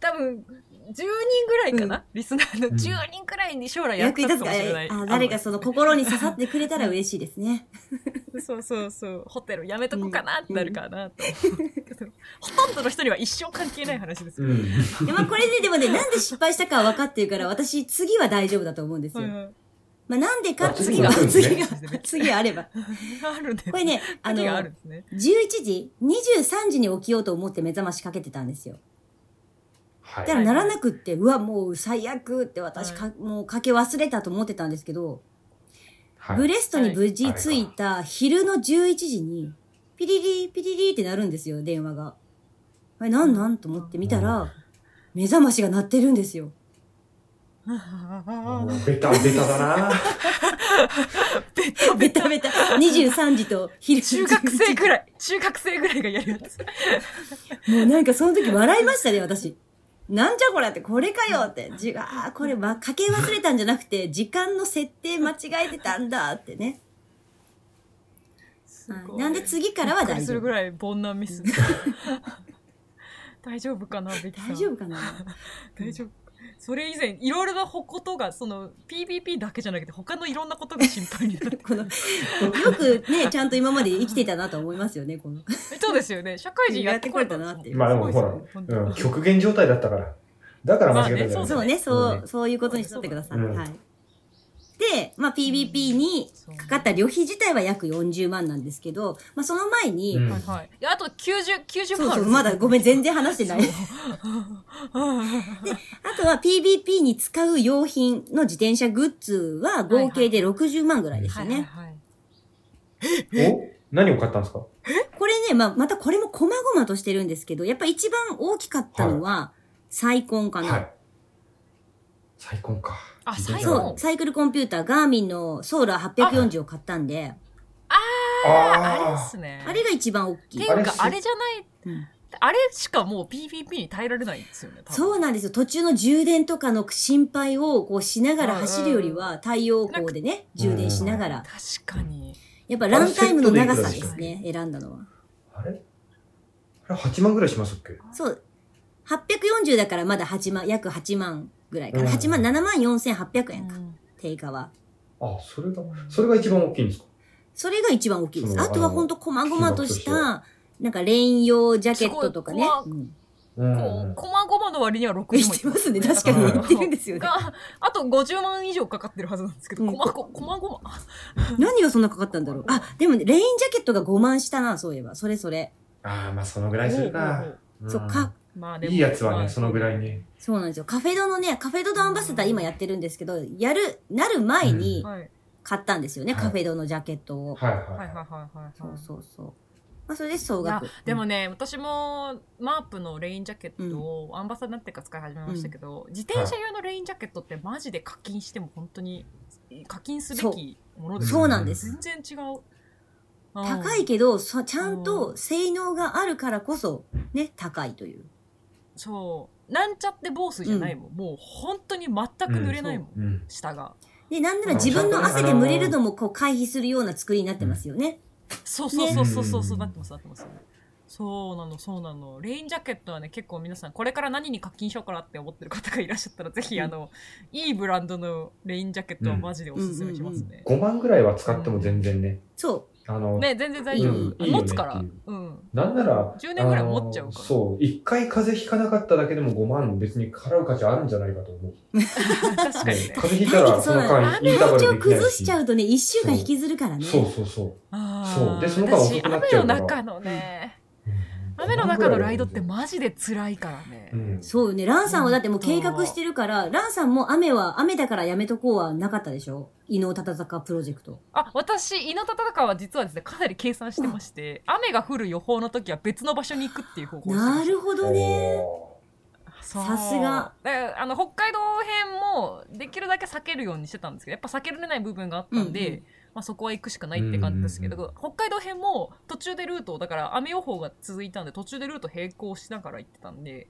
Speaker 1: 多分、10人ぐらいかな、
Speaker 2: う
Speaker 1: リスナーの
Speaker 3: うん
Speaker 1: 10人ぐらいに将来役
Speaker 2: 役に
Speaker 1: 立つか
Speaker 2: 立つか
Speaker 1: もしれない。
Speaker 2: あ、誰かその心に刺さってくれたら嬉しいですね。
Speaker 1: あの そうそうそう、ホテルやめとこうかなってなるかなと思うけど、 ほとんどの人には一生関係ない話ですよ。
Speaker 3: うん。
Speaker 2: でまあこれででもね、なんで失敗したかは分かってるから、私次は大丈夫だと思うんです
Speaker 1: はい
Speaker 2: よ。
Speaker 1: はい
Speaker 2: まあ、なんでか
Speaker 3: あ
Speaker 2: 次が、
Speaker 3: 次
Speaker 2: 次
Speaker 3: が
Speaker 2: が、次があれば。
Speaker 1: あるんです
Speaker 2: これね、あの、
Speaker 1: 時があるん
Speaker 2: 11
Speaker 1: ですね。
Speaker 2: 時、23時に起きようと思って目覚ましかけてたんですよ。
Speaker 3: は
Speaker 2: だ
Speaker 3: い
Speaker 2: か。らならなくって、うわ、もう最悪って私か、もうかけ忘れたと思ってたんですけど、
Speaker 3: はい
Speaker 2: ブレストに無事着いた昼の11時に、ピリリピリリってなるんですよ、電話が。あれ、なんなんと思って見た
Speaker 3: うん
Speaker 2: ら、目覚ましが鳴ってるんですよ。
Speaker 3: もうベタベタだな。
Speaker 1: ベタ
Speaker 2: ベ
Speaker 1: ベ
Speaker 2: タ
Speaker 1: タ。
Speaker 2: ベタ。23時と昼の
Speaker 1: 中
Speaker 2: 11時
Speaker 1: 学生ぐらい、中学生ぐらいがやるやつ。
Speaker 2: もうなんかその時笑いましたね、私。なんじゃこれって、これかよって。じああ、これ、ま、かけ忘れたんじゃなくて、時間の設定間違えてたんだってね。
Speaker 1: すごい。
Speaker 2: なんで次から
Speaker 1: び
Speaker 2: は
Speaker 1: っくりす
Speaker 2: 大丈
Speaker 1: る
Speaker 2: 夫
Speaker 1: ぐ。らい煩難ミス。 大丈夫かな、ビキさん。
Speaker 2: 大丈夫かな
Speaker 1: 大丈夫。それ以前いろいろなことがその PVP だけじゃなくて他のいろんなことが心配に なって
Speaker 2: この、よくね、ちゃんと今まで生きてたなと思いますよね、この。
Speaker 1: そうですよね社会人やってこれた
Speaker 2: やってこれたなっていう
Speaker 3: まあでもほら、うん、極限状態だったから。だから間違えたじゃない、
Speaker 1: まあね
Speaker 2: そうね、そう、
Speaker 3: ん
Speaker 2: そういうことにしとってください。
Speaker 3: うん
Speaker 2: はい。で、まあ、PVP にかかった旅費自体は約40万なんですけど、まあ、その前に、
Speaker 3: うん
Speaker 1: はいはいいやあと90 90
Speaker 2: そう
Speaker 1: 分あ
Speaker 2: そ
Speaker 1: る
Speaker 2: う、まだごめん、全然話してな い。
Speaker 1: は
Speaker 2: あとは PVP に使う用品の自転車グッズは合計で60万ぐらいでした
Speaker 1: い
Speaker 2: ね。
Speaker 1: はいはい
Speaker 3: お何を買ったんですか
Speaker 2: これね、まあ、またこれも細々としてるんですけど、やっぱ一番大きかったのは、サイコンかな。
Speaker 3: はい。再婚か。
Speaker 1: あ再婚
Speaker 2: そう、サイクルコンピューター、ガーミンのソーラー840を買ったんで、
Speaker 1: あれで
Speaker 3: あ
Speaker 1: すね
Speaker 2: あれが一番大き
Speaker 1: て
Speaker 2: い
Speaker 1: い。
Speaker 3: あれ
Speaker 1: う
Speaker 3: っ
Speaker 1: か
Speaker 3: す
Speaker 1: あれじゃない
Speaker 2: うん
Speaker 1: あれしかもう PVP に耐えられないんですよね多分
Speaker 2: そうなんですよ。途中の充電とかの心配をこうしながら走るよりは、太陽光でね、
Speaker 3: うん
Speaker 2: 充電しながら。
Speaker 1: 確かに
Speaker 2: やっぱランタイムの長さ
Speaker 1: あれ
Speaker 2: で
Speaker 1: セッ
Speaker 2: す
Speaker 1: トでいくら
Speaker 2: ね、選んだのは。
Speaker 3: あ。あれあれ ?8 万ぐらいしますっけ
Speaker 2: そう。840だからまだ8万、約8万ぐらいかな。
Speaker 3: うん
Speaker 2: 8万、7万4800円か
Speaker 1: う。ん
Speaker 2: 定価は。
Speaker 3: あ、それが、それが一番大きいんですか
Speaker 2: それが一番大きいで
Speaker 3: う
Speaker 2: す。
Speaker 3: ん
Speaker 2: あとはほんと細々とし
Speaker 3: 金
Speaker 2: た、なんかレイン用ジャケットとかね
Speaker 1: す。ごい
Speaker 2: うん
Speaker 3: うんうん
Speaker 1: こ
Speaker 3: う
Speaker 1: う、
Speaker 3: ん。
Speaker 1: こまごまの割には60万。
Speaker 2: してますね。確かに言ってるんですよね。
Speaker 1: が、あと50万以上かかってるはずなんですけど、
Speaker 2: うん
Speaker 1: こまご、こまごま。
Speaker 2: 何がそんなかかったんだろう。あ、でもね、レインジャケットが5万したな、そういえば。それそれ。
Speaker 3: ああ、まあそのぐらいする
Speaker 1: おうお
Speaker 3: な
Speaker 1: う。
Speaker 3: ん
Speaker 2: そうか。
Speaker 1: まあでも
Speaker 3: いいやつは
Speaker 1: ま
Speaker 3: ね、
Speaker 1: あ
Speaker 3: そのぐらいね。
Speaker 2: そうなんですよ。カフェドのね、カフェドドアンバサダー今やってるんですけど、やる、なる前に
Speaker 1: はい。
Speaker 2: 買ったんですよね、
Speaker 3: はい
Speaker 2: カフェドのジャケットを。
Speaker 3: はい
Speaker 1: はいはい
Speaker 3: は
Speaker 1: はいはい。
Speaker 2: そうそうそう。まあ、それで総
Speaker 1: いや
Speaker 2: 額。
Speaker 1: でもね、私もマープのレインジャケットをアンバサダーになってから使い始めましたけど、自転車用のレインジャケットってマジで課金しても本当に課金すべきもの
Speaker 3: い。
Speaker 1: です
Speaker 2: そうなんです
Speaker 1: 全然違う。うん
Speaker 2: 高いけど、そちゃんと性能があるからこそ、ね、高いという。
Speaker 1: そう。なんちゃってボースじゃないもん。もう本当に全く濡れないもん。
Speaker 3: うん。
Speaker 1: 下が。
Speaker 2: で、なんなら
Speaker 3: あ
Speaker 2: 自分の
Speaker 3: ちゃんと
Speaker 2: 汗で蒸れるのもこう回避するような作りになってますよね。
Speaker 1: そうそうそうそうそうそう
Speaker 3: ね
Speaker 1: なってますなってます。そうなのそうなの。レインジャケットはね結構皆さんこれから何に課金しようかなって思ってる方がいらっしゃったらぜひ、
Speaker 2: うん
Speaker 1: あのいいブランドのレインジャケットはマジでおすすめしますね。
Speaker 3: 5万ぐらいは使っても全然ね。
Speaker 2: そ
Speaker 3: あの、
Speaker 1: ね全然大丈夫。
Speaker 2: うん
Speaker 3: いいよね
Speaker 1: 持つから。
Speaker 3: うん
Speaker 1: うん。
Speaker 3: なんなら、
Speaker 1: 10年ぐらい持っちゃうから
Speaker 3: あのそう、一回風邪ひかなかっただけでも5万別に払う価値あるんじゃないかと思う。
Speaker 1: 確かにね。
Speaker 3: 風邪ひいたら、
Speaker 2: そ
Speaker 3: そうの間
Speaker 2: あ
Speaker 3: イン
Speaker 2: の
Speaker 3: ター
Speaker 2: 体調
Speaker 3: バルできないし。
Speaker 2: 崩しちゃうとね、1週間引きずるからね。
Speaker 3: そうそうそう。
Speaker 1: あー
Speaker 3: そうでその間遅くなっちゃうから
Speaker 1: 私雨の中のね、
Speaker 3: うん
Speaker 1: 雨の中のライドってマジで辛いからね。
Speaker 3: うん。
Speaker 2: そうよね。ランさんはだってもう計画してるから、ランさんも雨は、雨だからやめとこうはなかったでしょ伊能忠敬プロジェクト。
Speaker 1: あ私伊能忠敬は実はですねかなり計算してまして、雨が降る予報の時は別の場所に行くっていう方法をしてました
Speaker 2: なるほどね。
Speaker 1: そう
Speaker 2: さすが
Speaker 1: だからあの北海道編もできるだけ避けるようにしてたんですけどやっぱ避けられない部分があったんで、
Speaker 2: うんうん
Speaker 1: まあ、そこは行くしかないって感じですけど、
Speaker 3: うん
Speaker 1: 北海道編も途中でルートをだから雨予報が続いたんで途中でルート並行しながら行ってたんで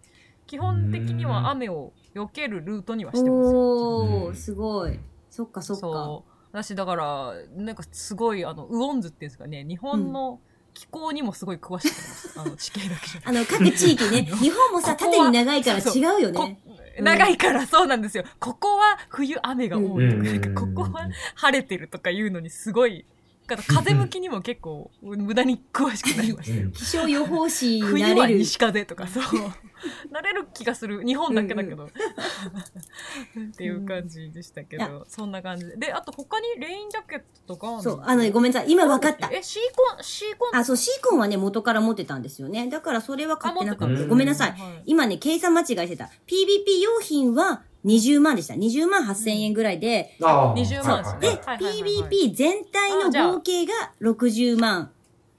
Speaker 1: 基本的には雨を避けるルートにはしてますよ。
Speaker 2: お
Speaker 3: う
Speaker 2: ー、
Speaker 3: ん
Speaker 2: すごい。そっかそっか。
Speaker 1: う私だからなんかすごいあのウオンズっていうんですかね日本の気候にもすごい詳しいと思いま す、あの地形だけじゃなくて
Speaker 2: あの、各地域ね、日本もさ、
Speaker 1: ここは
Speaker 2: 縦に長いから
Speaker 1: そう
Speaker 2: 違うよね。
Speaker 1: こ長いからそうなんですよ。ここは冬雨が多いとか、なんかここは晴れてるとかいうのにすごい、だから風向きにも結構無駄に詳しくなりましたよ。
Speaker 2: 気象予報士にな
Speaker 1: 冬は
Speaker 2: れる。
Speaker 1: 西風とかそう、なれる気がする。日本だけだけど。っていう感じでしたけ
Speaker 2: い
Speaker 1: ど、そんな感じで。で、あと他にレインジャケットとかあるの
Speaker 2: そう、あのね、ごめんなさい。今分かった。
Speaker 1: え、シーコン、シーコン
Speaker 2: あ、そう、シーコンはね、元から持ってたんですよね。だからそれは買ってなかっ
Speaker 3: あ持って
Speaker 2: た。
Speaker 3: た
Speaker 2: ごめんなさい。
Speaker 1: はい
Speaker 2: 今ね、計算間違いしてた。PVP 用品は20万でした。20万8000円ぐらいで、
Speaker 3: あ
Speaker 1: 20
Speaker 3: あ。
Speaker 1: 万ですね。
Speaker 3: はいはい
Speaker 1: はいはいはいはい
Speaker 2: PVP 全体の合計が60万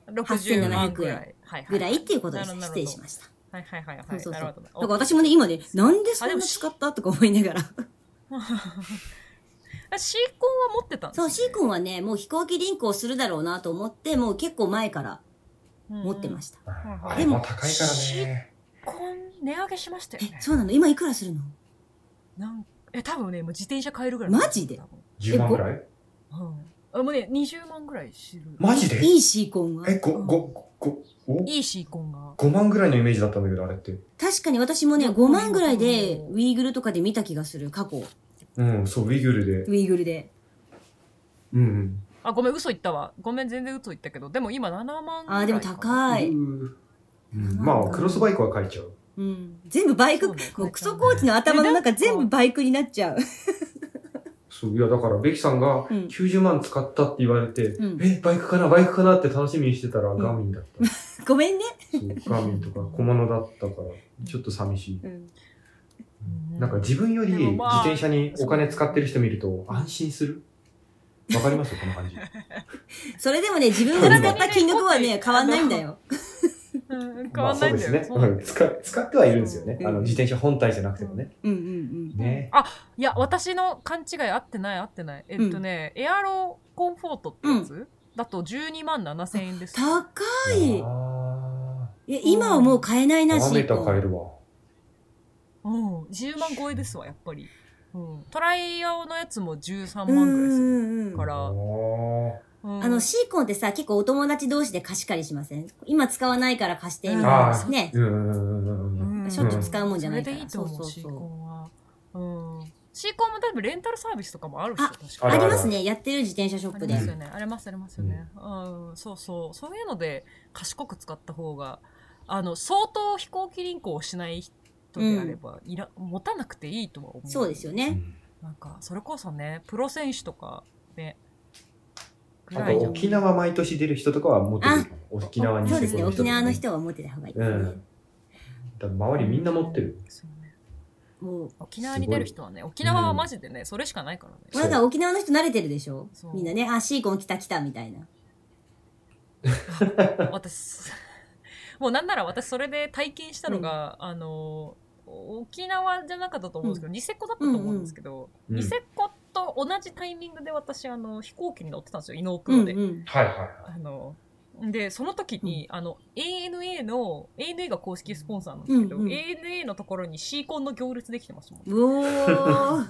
Speaker 1: 60万ぐらい。はは
Speaker 2: ぐらいっていうことでした。
Speaker 1: なるほ
Speaker 2: 失
Speaker 1: ど
Speaker 2: 礼しました。
Speaker 1: はいはいはいはい。
Speaker 2: そうそうそう。
Speaker 1: な
Speaker 2: だ
Speaker 1: る
Speaker 2: か
Speaker 1: ほど
Speaker 2: ら私もね、今ね、なんでそんな使ったとか思いながら。
Speaker 1: あシーコンは持ってたんです
Speaker 2: そう、シーコンはね、もう飛行機リンクをするだろうなと思って、もう結構前から
Speaker 1: ン
Speaker 2: 持ってま
Speaker 1: し
Speaker 2: した。
Speaker 3: あ
Speaker 2: で
Speaker 3: れ
Speaker 2: も
Speaker 3: も高いからね。
Speaker 1: た。コン値上げしましたよ
Speaker 2: え
Speaker 1: ね、。
Speaker 2: そうなの今いくらするの
Speaker 1: なんえ多分ねもう自転車買えるぐらい。
Speaker 2: マジで
Speaker 1: 多分
Speaker 3: 10万ぐらい
Speaker 1: うん。あもうね、20万ぐらい知る。
Speaker 3: マジで
Speaker 2: いいシーコンは。
Speaker 3: え、ご、ご、ご、ご、
Speaker 1: いいシーコンが。
Speaker 3: 5万ぐらいのイメージだったんだけど、あれって。
Speaker 2: 確かに私もね、
Speaker 1: いや
Speaker 2: 5万ぐらいで
Speaker 1: う、ん
Speaker 2: ウィーグルとかで見た気がする、過去。
Speaker 3: うん、そう、ウィグルで
Speaker 2: ウ。ィーグルで。
Speaker 3: うん
Speaker 1: あ、ごめん、嘘言ったわ。ごめん、全然嘘言ったけど、でも今7万ぐらいかな。
Speaker 2: あー、でも
Speaker 3: うん。
Speaker 2: 高い。
Speaker 3: うーまあ、クロスバイクは書いちゃう。
Speaker 2: うん。全部バイク、
Speaker 1: そうね
Speaker 2: もうクソコーチの頭の中全部バイクになっちゃう。
Speaker 3: そう、いや、だから、ベキさん
Speaker 2: う
Speaker 3: が
Speaker 2: ん
Speaker 3: 90万使ったって言われて、
Speaker 2: うん
Speaker 3: え、バイクかな、バイクかなって楽しみにしてたら、
Speaker 2: ん
Speaker 3: ガーミンだった。
Speaker 2: ごめんね。
Speaker 3: そう、ガーミンとか、小物だったから、ちょっと寂しい。
Speaker 2: う
Speaker 1: う
Speaker 2: ん。
Speaker 1: ん
Speaker 3: なんか自分より
Speaker 1: で
Speaker 3: 自
Speaker 1: もまあ
Speaker 3: 転車にお金使ってる人見ると安心する。わかります この感じ。
Speaker 2: それでもね、自分が使った金額は ね、変わんないんだよ。
Speaker 1: うん変
Speaker 3: ま
Speaker 1: わ
Speaker 3: あ
Speaker 1: ん
Speaker 3: そ
Speaker 1: な
Speaker 3: う
Speaker 1: い
Speaker 3: で
Speaker 1: ん
Speaker 3: す
Speaker 1: だよ。
Speaker 3: ね。
Speaker 1: そう
Speaker 3: うん使使ってはいるんですよね。
Speaker 2: うん
Speaker 3: あの自転車本体じゃなくてもね。
Speaker 2: うんうん
Speaker 3: ね。
Speaker 1: いや、私の勘違い合ってない合ってない。えっとね、エアロコンフォートってやつ、だと12万7千円です。
Speaker 2: うん。高い。
Speaker 3: あ
Speaker 2: え、今はもう買えない
Speaker 3: ー
Speaker 2: な、
Speaker 3: パ
Speaker 2: シ
Speaker 3: ーメ
Speaker 2: ー
Speaker 3: ーター
Speaker 2: コ
Speaker 3: 変え
Speaker 2: ン。
Speaker 3: るわ。
Speaker 1: うん、10万超えですわ、やっぱり。うん、トライ用のやつも13
Speaker 2: うんう
Speaker 1: 万ぐらいする
Speaker 2: んうん
Speaker 1: か。
Speaker 3: あ
Speaker 1: ら。うん
Speaker 2: あの、シーコンってさ、結構お友達同士で貸し借りしません今使わないから貸して、みたい
Speaker 3: あ
Speaker 2: な
Speaker 3: ー。
Speaker 2: ね。
Speaker 3: うんうんうんうんうん。
Speaker 2: しょっちゅう使うもんじゃないから
Speaker 1: それでいいと思う、
Speaker 2: そうそうそう
Speaker 1: シーコンは。うん。シーコンも多分レンタルサービスとかもあるし、
Speaker 2: あ
Speaker 1: 確か
Speaker 3: あ
Speaker 2: あ
Speaker 3: る
Speaker 2: り
Speaker 3: る
Speaker 2: ますね。やってる自転車ショ
Speaker 1: あ
Speaker 2: ッ
Speaker 1: り
Speaker 2: プで
Speaker 1: ま。すよね。ありますありますよね。うん、そうそう。そういうので、賢く使った方が、あの、相当飛行機輪行をしない人であれば、いら、持たなくていいとは思う。
Speaker 2: そうですよ
Speaker 3: う
Speaker 2: ね。
Speaker 3: ん
Speaker 1: なんか、それこそね、プロ選手とか、ね、ぐ
Speaker 3: あ
Speaker 1: ら
Speaker 3: と
Speaker 1: いじゃん。
Speaker 3: 沖縄毎年出る人とかは持ってるかも。沖縄に
Speaker 2: そうですね。
Speaker 3: とか
Speaker 2: 沖縄の。人は持ってた方がいいで
Speaker 3: う
Speaker 2: す
Speaker 3: ん
Speaker 2: ね。。
Speaker 3: だから周りみんな持ってる。
Speaker 1: そうね
Speaker 2: もう、
Speaker 1: 沖縄に出る人はね、沖縄はマジでね、それしかないからね。
Speaker 3: そ
Speaker 2: も
Speaker 3: う
Speaker 2: うなんか沖縄の人慣れてるでしょ
Speaker 1: そう
Speaker 2: みんなね、あ、シーコン来た来たみたいな。
Speaker 1: 私もうなんなら私それで体験したのが、あの沖縄じゃなかったと思うんですけど、ニセコだったと思うんですけど、
Speaker 3: うん
Speaker 1: ニセコと同じタイミングで私あの飛行機に乗ってたんですよ伊能黒で。
Speaker 2: ん。
Speaker 3: はいはいはい。
Speaker 1: あのでその時に、あの ANA の ANA が公式スポンサーなんですけど、
Speaker 2: うんうん
Speaker 1: ANA のところにシーコンの行列できてますもん。
Speaker 2: うおー。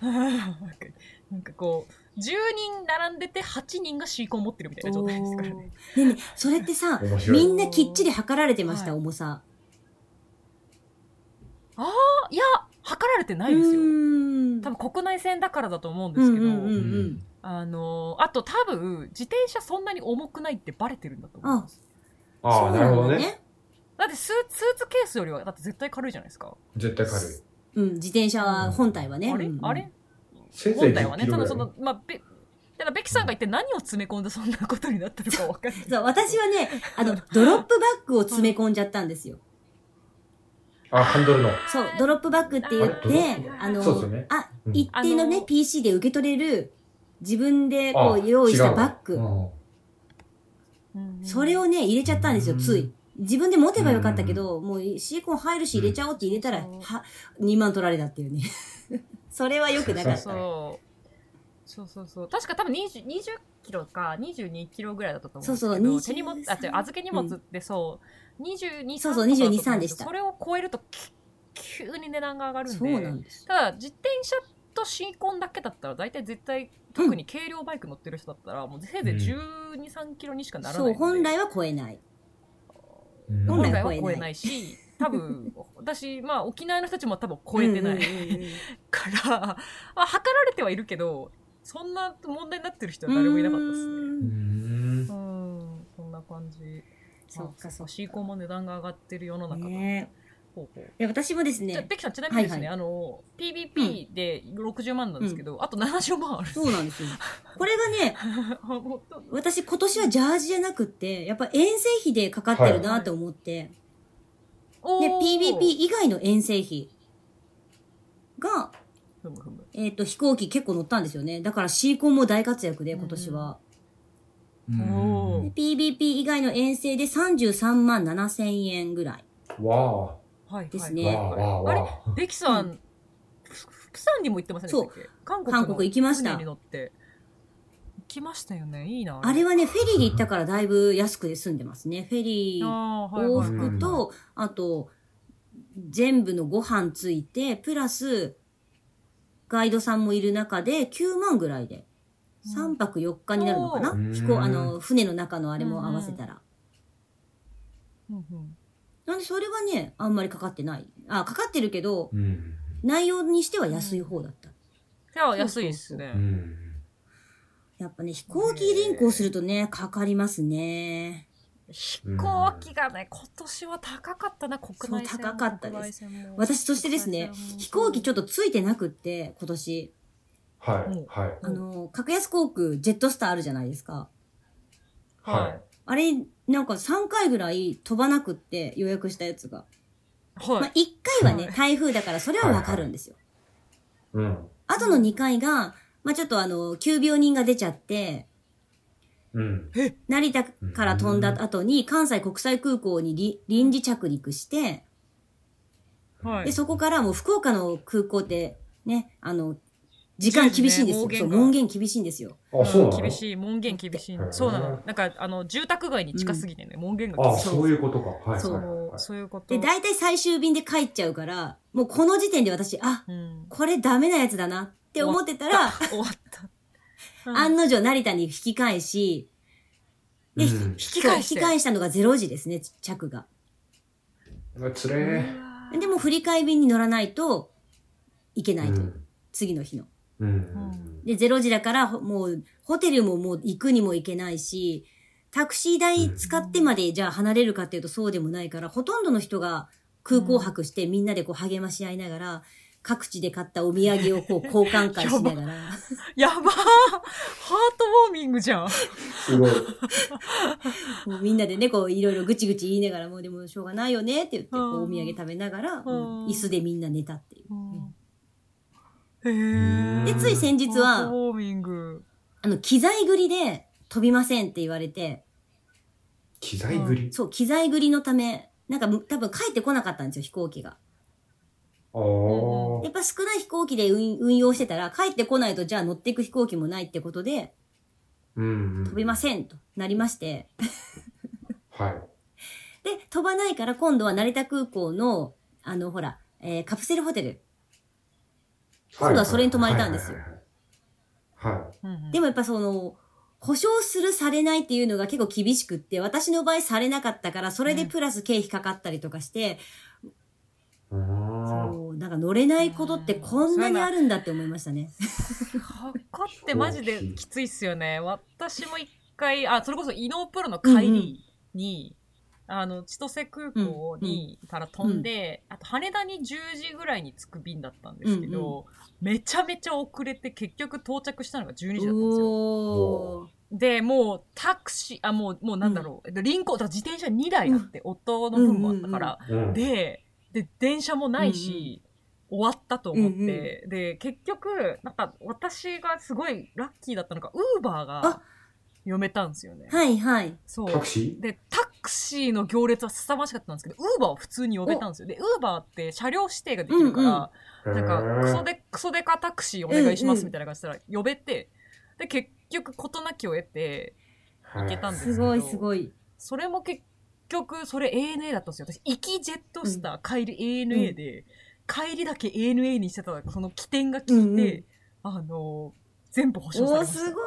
Speaker 1: なんかこう10人並んでて8人がシーコン持ってるみたいな状態ですからね。
Speaker 2: おーねえねえそれってさ、
Speaker 3: 面白
Speaker 2: み
Speaker 3: い。
Speaker 2: んなきっちり測られてました、
Speaker 1: はい
Speaker 2: 重さ。
Speaker 1: あいや測られてな
Speaker 2: う
Speaker 1: いですよ。
Speaker 2: ーん。
Speaker 1: 多分国内線だからだと思うんですけど、
Speaker 2: うんうんうん
Speaker 1: あのーあと多分自転車そんなに重くないってバレてるんだと思う
Speaker 2: あ、
Speaker 3: ああ、なるほど
Speaker 2: そうなんだ
Speaker 3: ね。。
Speaker 1: だってスースーツケースよりはだって絶対軽いじゃないですか、
Speaker 3: 絶対軽い。
Speaker 2: うん、自転車は本体はね。
Speaker 1: あれ、
Speaker 2: うんうん
Speaker 1: あれ
Speaker 3: せいぜ
Speaker 1: 本
Speaker 3: い
Speaker 1: 体は
Speaker 3: 10
Speaker 1: ね
Speaker 3: キ
Speaker 1: た
Speaker 3: ロぐら
Speaker 1: だ
Speaker 3: い
Speaker 1: そのまあべただベキさんが言って何を詰め込んでそんなことになったのかわかんない
Speaker 2: そう、私はね、あの、ドロップバッグを詰め込んじゃったんですよ。
Speaker 3: あ、ハンドルの。
Speaker 2: そう、ドロップバッグって言っ
Speaker 3: あドロッ
Speaker 2: て
Speaker 1: プ、
Speaker 2: あの、
Speaker 3: そうですよね
Speaker 2: あ
Speaker 3: うん、
Speaker 2: 一定の
Speaker 1: あ
Speaker 2: ね
Speaker 1: の、
Speaker 2: PC で受け取れる、自分で
Speaker 3: あ
Speaker 2: こう用意した
Speaker 3: 違う
Speaker 2: バッグ、
Speaker 3: うん
Speaker 1: うん
Speaker 2: それをね、入れちゃったんですよ、
Speaker 3: うん
Speaker 2: つい。自分で持てばよかったけど、もうシーコン入るし入れちゃおうって入れたら、
Speaker 1: うん
Speaker 2: は、2万取られたっていうね。 それは良くなかった。
Speaker 1: そうそうそうそう確か多分 20, 20キロか22キロぐらいだったと思うんですけ
Speaker 2: そう
Speaker 1: ど
Speaker 2: そう23
Speaker 1: 手荷物あ違う預け荷物ってそう、22
Speaker 2: そうそう
Speaker 1: 23とかだと思んすけど
Speaker 2: 23でした
Speaker 1: それを超えるとき急に値段が上がるんで
Speaker 2: そうなんです。
Speaker 1: ただ自転車と新婚だけだったら大体絶対特に軽量バイク乗ってる人だったら、もうせいぜい1 2 3キロにしかならないの
Speaker 2: そ
Speaker 1: で、
Speaker 2: う、本来は超えない。
Speaker 3: うん
Speaker 2: 本
Speaker 1: 本
Speaker 2: 来
Speaker 1: 来
Speaker 2: は
Speaker 1: は
Speaker 2: 超
Speaker 1: 超
Speaker 2: え
Speaker 1: え
Speaker 2: な
Speaker 1: ないし多分 私まあ沖縄の人たちも多分超えてない、
Speaker 2: うんうんうん
Speaker 1: から、まあ、測られてはいるけどそんな問題になってる人 は誰もいなかったですね
Speaker 2: う
Speaker 3: うんん
Speaker 1: うんそんな感じ
Speaker 2: そっかそっか。
Speaker 1: シーコンも値段が上がってる世の中だ、
Speaker 2: ね
Speaker 1: ほうほう
Speaker 2: えで私もです
Speaker 1: じゃあ
Speaker 2: ね、
Speaker 1: ベキさんちなみにですね、
Speaker 2: は
Speaker 1: あの PBP で60万なんですけど、あと70万あるんです
Speaker 2: そうなんですよ。これがね、
Speaker 1: もう
Speaker 2: 私今年はジャージじゃなくって、やっぱ遠征費でかかってるなと思って、
Speaker 1: お
Speaker 2: で、
Speaker 1: ー
Speaker 2: PVP 以外の遠征費が、
Speaker 1: ふむふむ
Speaker 2: えっ、と、飛行機結構乗ったんですよね。だからシーコンも大活躍で、今年は。
Speaker 1: お
Speaker 2: で PVP 以外の遠征で33万7千円ぐらい。
Speaker 3: わ
Speaker 1: はいはい
Speaker 2: です
Speaker 3: あ、
Speaker 2: ね
Speaker 3: わあ、わあ、
Speaker 1: あれ
Speaker 3: わ
Speaker 1: ベキさん、ふ釜山にも行ってませんでしたっけ韓国の
Speaker 2: 韓国行きました
Speaker 1: 船に乗って行きましたよねいいな
Speaker 2: あれはね、フェリーで行ったからだいぶ安くで済んでますね。フェリー
Speaker 1: あーはい
Speaker 2: 往
Speaker 1: はいはい
Speaker 2: 復と、あと、全部のご飯ついて、プラス、ガイドさんもいる中で9万ぐらいで3泊4日になるのかな
Speaker 1: お
Speaker 3: ー
Speaker 2: 飛行、あの、船の中のあれも合わせたら。
Speaker 1: うんうん
Speaker 2: なんでそれはね、あんまりかかってない。あ、かかってるけど、
Speaker 3: うん。
Speaker 2: 内容にしては安い方だった。
Speaker 1: じゃあ安いっすね
Speaker 3: う。ん。
Speaker 2: やっぱね、飛行機輪行するとね、かかりますね。
Speaker 1: 飛行機がね、今年は高かったな、国内線も。
Speaker 2: そう高かったです
Speaker 1: す。
Speaker 2: 私、そしてですね、飛行機ちょ
Speaker 1: ょっ
Speaker 2: っとついてなくって、今年。
Speaker 3: はい。はい。
Speaker 2: あの、格安航空、ジェットスターあるじゃないですか。
Speaker 3: は
Speaker 2: あれ、なんか3回ぐらい飛ばなくって予約したやつが。
Speaker 1: と、は
Speaker 2: まあ
Speaker 1: い。
Speaker 2: 1回はね
Speaker 1: は、い
Speaker 2: 台風だからそれはわかるんですよ。
Speaker 3: い。うん。
Speaker 2: あとの2回が、まあちょっとあの、急病人が出ちゃって、
Speaker 3: うん。
Speaker 2: 成田から飛んだ後に関西国際空港にり臨時着陸して、
Speaker 1: はい
Speaker 2: で、そこからもう福岡の空港ってね、あの、時間厳しいんですよ。
Speaker 1: そうですね
Speaker 2: そう、門
Speaker 1: 門
Speaker 2: 限厳しいんですよ。
Speaker 3: あ、そうなの
Speaker 1: 厳しい、門限厳しい
Speaker 3: へ。ー
Speaker 1: そうなの。なんか、あの、住宅街に近すぎてね、門限が
Speaker 3: あ、
Speaker 1: 厳しい。
Speaker 3: そういうことか。はい。
Speaker 1: そ
Speaker 3: はいはいうは、い
Speaker 1: そういうこと。
Speaker 2: で、大体最終便で帰っちゃうから、もうこの時点で私、あ、
Speaker 1: うん。
Speaker 2: これダメなやつだなって思ってたら、
Speaker 1: 終わ った。うん
Speaker 2: 案の定成田に引き返し、で、
Speaker 3: うん
Speaker 1: 引き返して
Speaker 2: そう引き返したのが0時ですね、着が。
Speaker 3: うわつれー。
Speaker 2: でも、振り替え便に乗らないといけないという、
Speaker 3: うん
Speaker 2: 次の日の。
Speaker 3: うん
Speaker 2: で、0時だから、ほもう、ホテルももう行くにも行けないし、タクシー代使ってまで、じゃあ離れるかっていうとそうでもないから、ほとんどの人が空港泊してみんなでこう励まし合いながら、各地で買ったお土産をこう交換会しな がら、
Speaker 1: やばーハートウォーミングじゃん。
Speaker 3: すごい。
Speaker 2: もうみんなでね、こういろいろぐちぐち言いながら、もうでもしょうがないよねって言って、こう
Speaker 1: うん
Speaker 2: お土産食べながら、
Speaker 1: うん
Speaker 2: うん椅子でみんな寝たっていう。
Speaker 1: へー
Speaker 2: で、つい先日
Speaker 1: ハート
Speaker 2: は、
Speaker 1: ウォーミング。
Speaker 2: あの、機材繰りで飛びませんって言われて、
Speaker 3: 機材繰り。
Speaker 2: そう、機材繰りのため、なんかむ多分帰ってこなかったんですよ、飛行機が。
Speaker 3: あ
Speaker 2: やっ
Speaker 3: あ。
Speaker 2: ぱ少ない飛行機で運運用してたら、帰ってこないとじゃあ乗っていく飛行機もないってことで、
Speaker 3: うん。。
Speaker 2: 飛びますせんとなりまして。
Speaker 3: はい。
Speaker 2: で、飛ばないから今度は成田空港の、あの、ほら、えーカプセルホテル。今度はそれに泊まれたんですよ
Speaker 3: はい。はい
Speaker 2: でもやっぱその、保証するされないっていうのが結構厳しくって、私の場合されなかったから、それでプラス経費かかったりとかして、
Speaker 3: うーん。
Speaker 2: そうなんか乗れないことってこんなにあるんだって思いましたね。
Speaker 1: 箱ってマジできついっすよね。私も一回、あ、それこそ伊能プロの帰りに、あの、千歳空港に、から飛んで、あと羽田に10時ぐらいに着く便だったんですけど、めちゃめちゃ遅れて結局到着したのが12時だったんですよ。
Speaker 2: おー。
Speaker 1: で、もうタクシー、あ、もう、もうなんだろう、で輪行、だから自転車2台あって、夫の分もあったから、
Speaker 3: うん、
Speaker 1: で、で、電車もないし、終わったと思って、で、結局、なんか私がすごいラッキーだったのが、ウーバー
Speaker 2: あ
Speaker 1: が読めたんですよね。
Speaker 2: はいはい。
Speaker 1: そ
Speaker 3: タ
Speaker 1: う
Speaker 3: ク。シ
Speaker 1: で、タクシーの行列は凄まじかったんですけど、ウーバーを普通に呼べたんですよ。で、ウーバーって車両指定ができるから、
Speaker 3: ー
Speaker 1: なんか、クソ
Speaker 3: で。
Speaker 1: で、クソデカタクシーお願いしま
Speaker 2: うんう
Speaker 1: す
Speaker 2: ん
Speaker 1: みたいな感じでしたら、呼べて、で、結局事なきを得て、
Speaker 3: 行
Speaker 1: けたんです
Speaker 2: すごいすごい。
Speaker 1: それも結局、それ ANA だったんですよ。私、行きジェットスター、帰り ANA で、帰りだけ ANA にしてたら、その起点が効いて、
Speaker 2: うんうん
Speaker 1: あの全部保
Speaker 2: お
Speaker 1: 証され
Speaker 2: ー
Speaker 1: ました。
Speaker 2: すご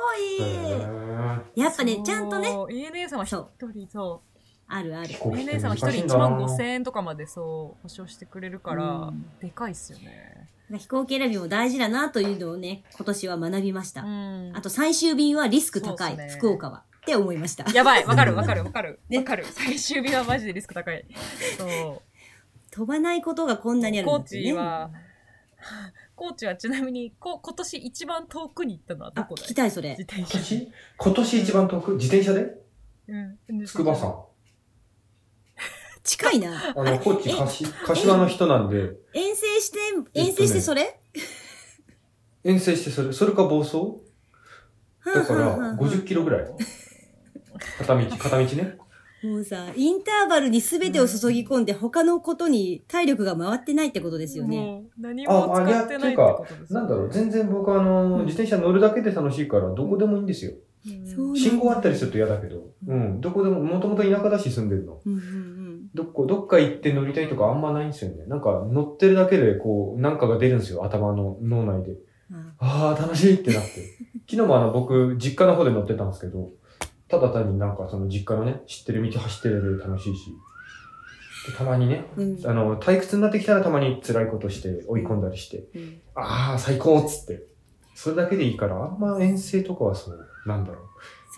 Speaker 2: い。
Speaker 3: へー
Speaker 2: やっぱね
Speaker 1: そ、う
Speaker 2: ちゃんとね、。
Speaker 1: ANA さんは一人、そ
Speaker 2: あるある
Speaker 3: 飛。
Speaker 1: う。
Speaker 3: 行機って
Speaker 1: ANA さんは一
Speaker 3: 難しい
Speaker 1: 人
Speaker 3: ん
Speaker 1: 1
Speaker 3: だな
Speaker 1: 万5千円とかまでそう、保証してくれるから、
Speaker 2: うん
Speaker 1: でかいっすよね。
Speaker 2: 飛行機選びも大事だなというのをね、今年は学びまし
Speaker 1: う
Speaker 2: た。
Speaker 1: ん。
Speaker 2: あと最終便はリスク高
Speaker 1: そうっ
Speaker 2: い、
Speaker 1: すね
Speaker 2: 福岡は。って思いました。
Speaker 1: やばい、 わかるわかるわかる。
Speaker 2: ね
Speaker 1: わかる。最終日はマジでリスク高い。そう。
Speaker 2: 飛ばないことがこんなにある
Speaker 1: コ
Speaker 2: ん
Speaker 1: ー
Speaker 2: です
Speaker 1: チ
Speaker 2: よね。
Speaker 1: は、 コーチはちなみに、こ今年一番遠くに行ったのは
Speaker 2: あ、
Speaker 1: どこ
Speaker 2: 聞
Speaker 1: だい
Speaker 2: きたいそれ
Speaker 1: 自。転
Speaker 3: 今
Speaker 1: 車。
Speaker 3: 年今年一番遠く自転車で
Speaker 1: うん。
Speaker 3: 筑波山。
Speaker 2: 近いな。
Speaker 3: あの、高知
Speaker 2: え
Speaker 3: かし柏の人なんで、
Speaker 2: 遠征して、遠征してそれ、
Speaker 3: 遠征してそれ、それか暴走だか
Speaker 2: はあはあは
Speaker 3: ら、
Speaker 2: あ
Speaker 3: 50キロぐらい。片道、片道ね。
Speaker 2: もうさ、インターバルに全てを注ぎ込んで、他のことに体力が回ってないってことですよね。
Speaker 1: もう何も使ってないってことです
Speaker 3: なんだろう、
Speaker 1: ね
Speaker 3: 全然僕あ
Speaker 2: う
Speaker 3: の、
Speaker 2: ん
Speaker 3: 自転車乗るだけで楽しいから、どこでもいいんですよ。
Speaker 2: そうなんだ
Speaker 3: 信号あったりすると嫌だけど、うん、どこでも、もともと田舎だし住んでるの。
Speaker 2: うんうんうん。
Speaker 3: どっこ、どっか行って乗りたいとかあんまないんですよね。なんか乗ってるだけで、こう、なんかが出るんですよ、頭の、脳内で。
Speaker 2: うん
Speaker 3: ああ、楽しいってなって。昨日もあの、僕、実家の方で乗ってたんですけど、ただ単になんかその実家のね、知ってる道走ってるで楽しいし。でたまにね、
Speaker 2: うん
Speaker 3: あの、退屈になってきたらたまに辛いことして追い込んだりして、
Speaker 2: うん
Speaker 3: ああ、最高っつって。それだけでいいから、あんま遠征とかはそう、なんだろ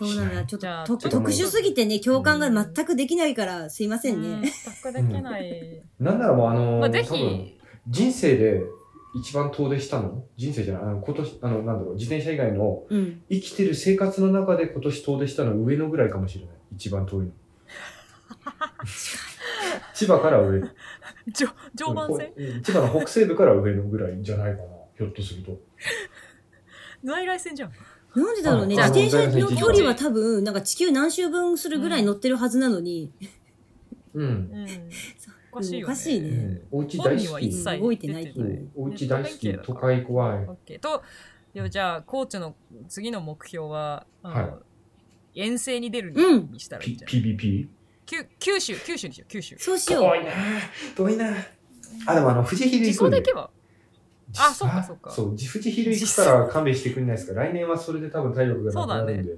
Speaker 3: う。
Speaker 2: そうなんだ。ちょっ
Speaker 1: じゃあ
Speaker 2: とと
Speaker 1: ちょっと
Speaker 2: 特殊すぎてね、共感が全くできないから、すいません
Speaker 1: うん
Speaker 2: ね。
Speaker 1: 全くできない。
Speaker 3: なんならもうあのー
Speaker 1: まあぜ
Speaker 3: 多分
Speaker 1: ひ、
Speaker 3: 人生で一番遠出したの人生じゃない、あの、今年、あの、なんだろう、自転車以外の
Speaker 2: うん。
Speaker 3: 生きてる生活の中で今年遠出したの上野ぐらいかもしれない。一番遠いの。千葉から上。
Speaker 1: じょ常磐線
Speaker 3: うん千葉の北西部から上野ぐらいじゃないかな。ひょっとすると。
Speaker 1: 在来線じゃん。
Speaker 2: なんでだろうね。
Speaker 1: あ
Speaker 2: 自転車
Speaker 3: じゃあ
Speaker 2: の距離は多分、なんか地球何周分するぐらい乗ってるはずなのに、
Speaker 3: うん。
Speaker 1: うん。おかしいよ、ね。
Speaker 2: おかしいね
Speaker 3: うんお家
Speaker 1: 本
Speaker 3: 大
Speaker 1: 人
Speaker 3: 好
Speaker 1: は
Speaker 3: き
Speaker 1: 一。切
Speaker 2: 動いてないって
Speaker 3: う
Speaker 2: い
Speaker 3: んお家大好
Speaker 1: ネッ
Speaker 3: き。
Speaker 1: ト連携だ
Speaker 3: 都
Speaker 1: から
Speaker 3: 会怖い。
Speaker 1: OK とではじゃあコーチの次の目標はあの、
Speaker 3: はい
Speaker 1: 遠征に出る
Speaker 2: う
Speaker 1: に
Speaker 2: ん
Speaker 1: にしたらいいん
Speaker 3: P-
Speaker 1: じゃない、
Speaker 3: PVP?
Speaker 1: きゅ九州九州にしよう九州
Speaker 2: そうしよ
Speaker 3: 遠
Speaker 2: う。
Speaker 3: いな遠いなあ、でもあの、富士ヒル
Speaker 1: 自
Speaker 3: 行
Speaker 1: 走
Speaker 3: くん
Speaker 1: で
Speaker 3: で
Speaker 1: 行けばあそうかそうか
Speaker 3: そう、自富士ヒル行くから勘弁してくれないですか。来年はそれで多分体力がなくなるんで。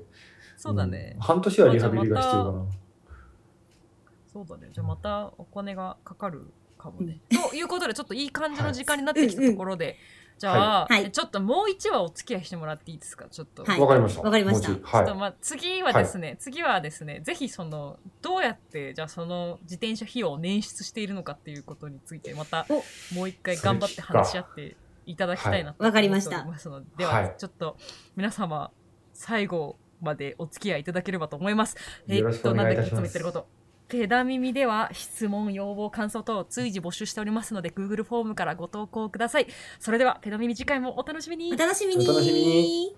Speaker 1: そうだね
Speaker 3: ん、半年はリハビリが必要かな。
Speaker 1: そうだねじゃあまたお金がかかるかもね、ということでちょっといい感じの時間になってきたところで、じゃあ、
Speaker 2: はいはい
Speaker 1: ちょっともう1話お付き合いしてもらっていいですかちょっと、
Speaker 2: はい
Speaker 3: わかりました。
Speaker 2: わかりました
Speaker 3: もう一度
Speaker 1: ちょっと
Speaker 3: は
Speaker 1: まあ次はですね、次はですね、ぜひその、どうやって、じゃあその自転車費用を捻出しているのかっていうことについて、また
Speaker 2: お、
Speaker 1: もう一回頑張って話し合っていただきたいなと
Speaker 2: はいわかりまし
Speaker 1: 思
Speaker 2: た
Speaker 1: っておますので、で
Speaker 3: は、
Speaker 1: はいちょっと皆様、最後までお付き合いいただければと思います。
Speaker 3: い。よろしくお願いいた
Speaker 1: えっとなんだっけ
Speaker 3: し
Speaker 1: いつも
Speaker 3: ま
Speaker 1: 言って
Speaker 3: す
Speaker 1: るこ。と。ペダ耳では質問、要望、感想等を随時募集しておりますので、Google フォームからご投稿ください。それでは、ペダ耳次回もお楽しみに
Speaker 2: お。楽しみ
Speaker 3: お楽しみ
Speaker 2: に
Speaker 3: に。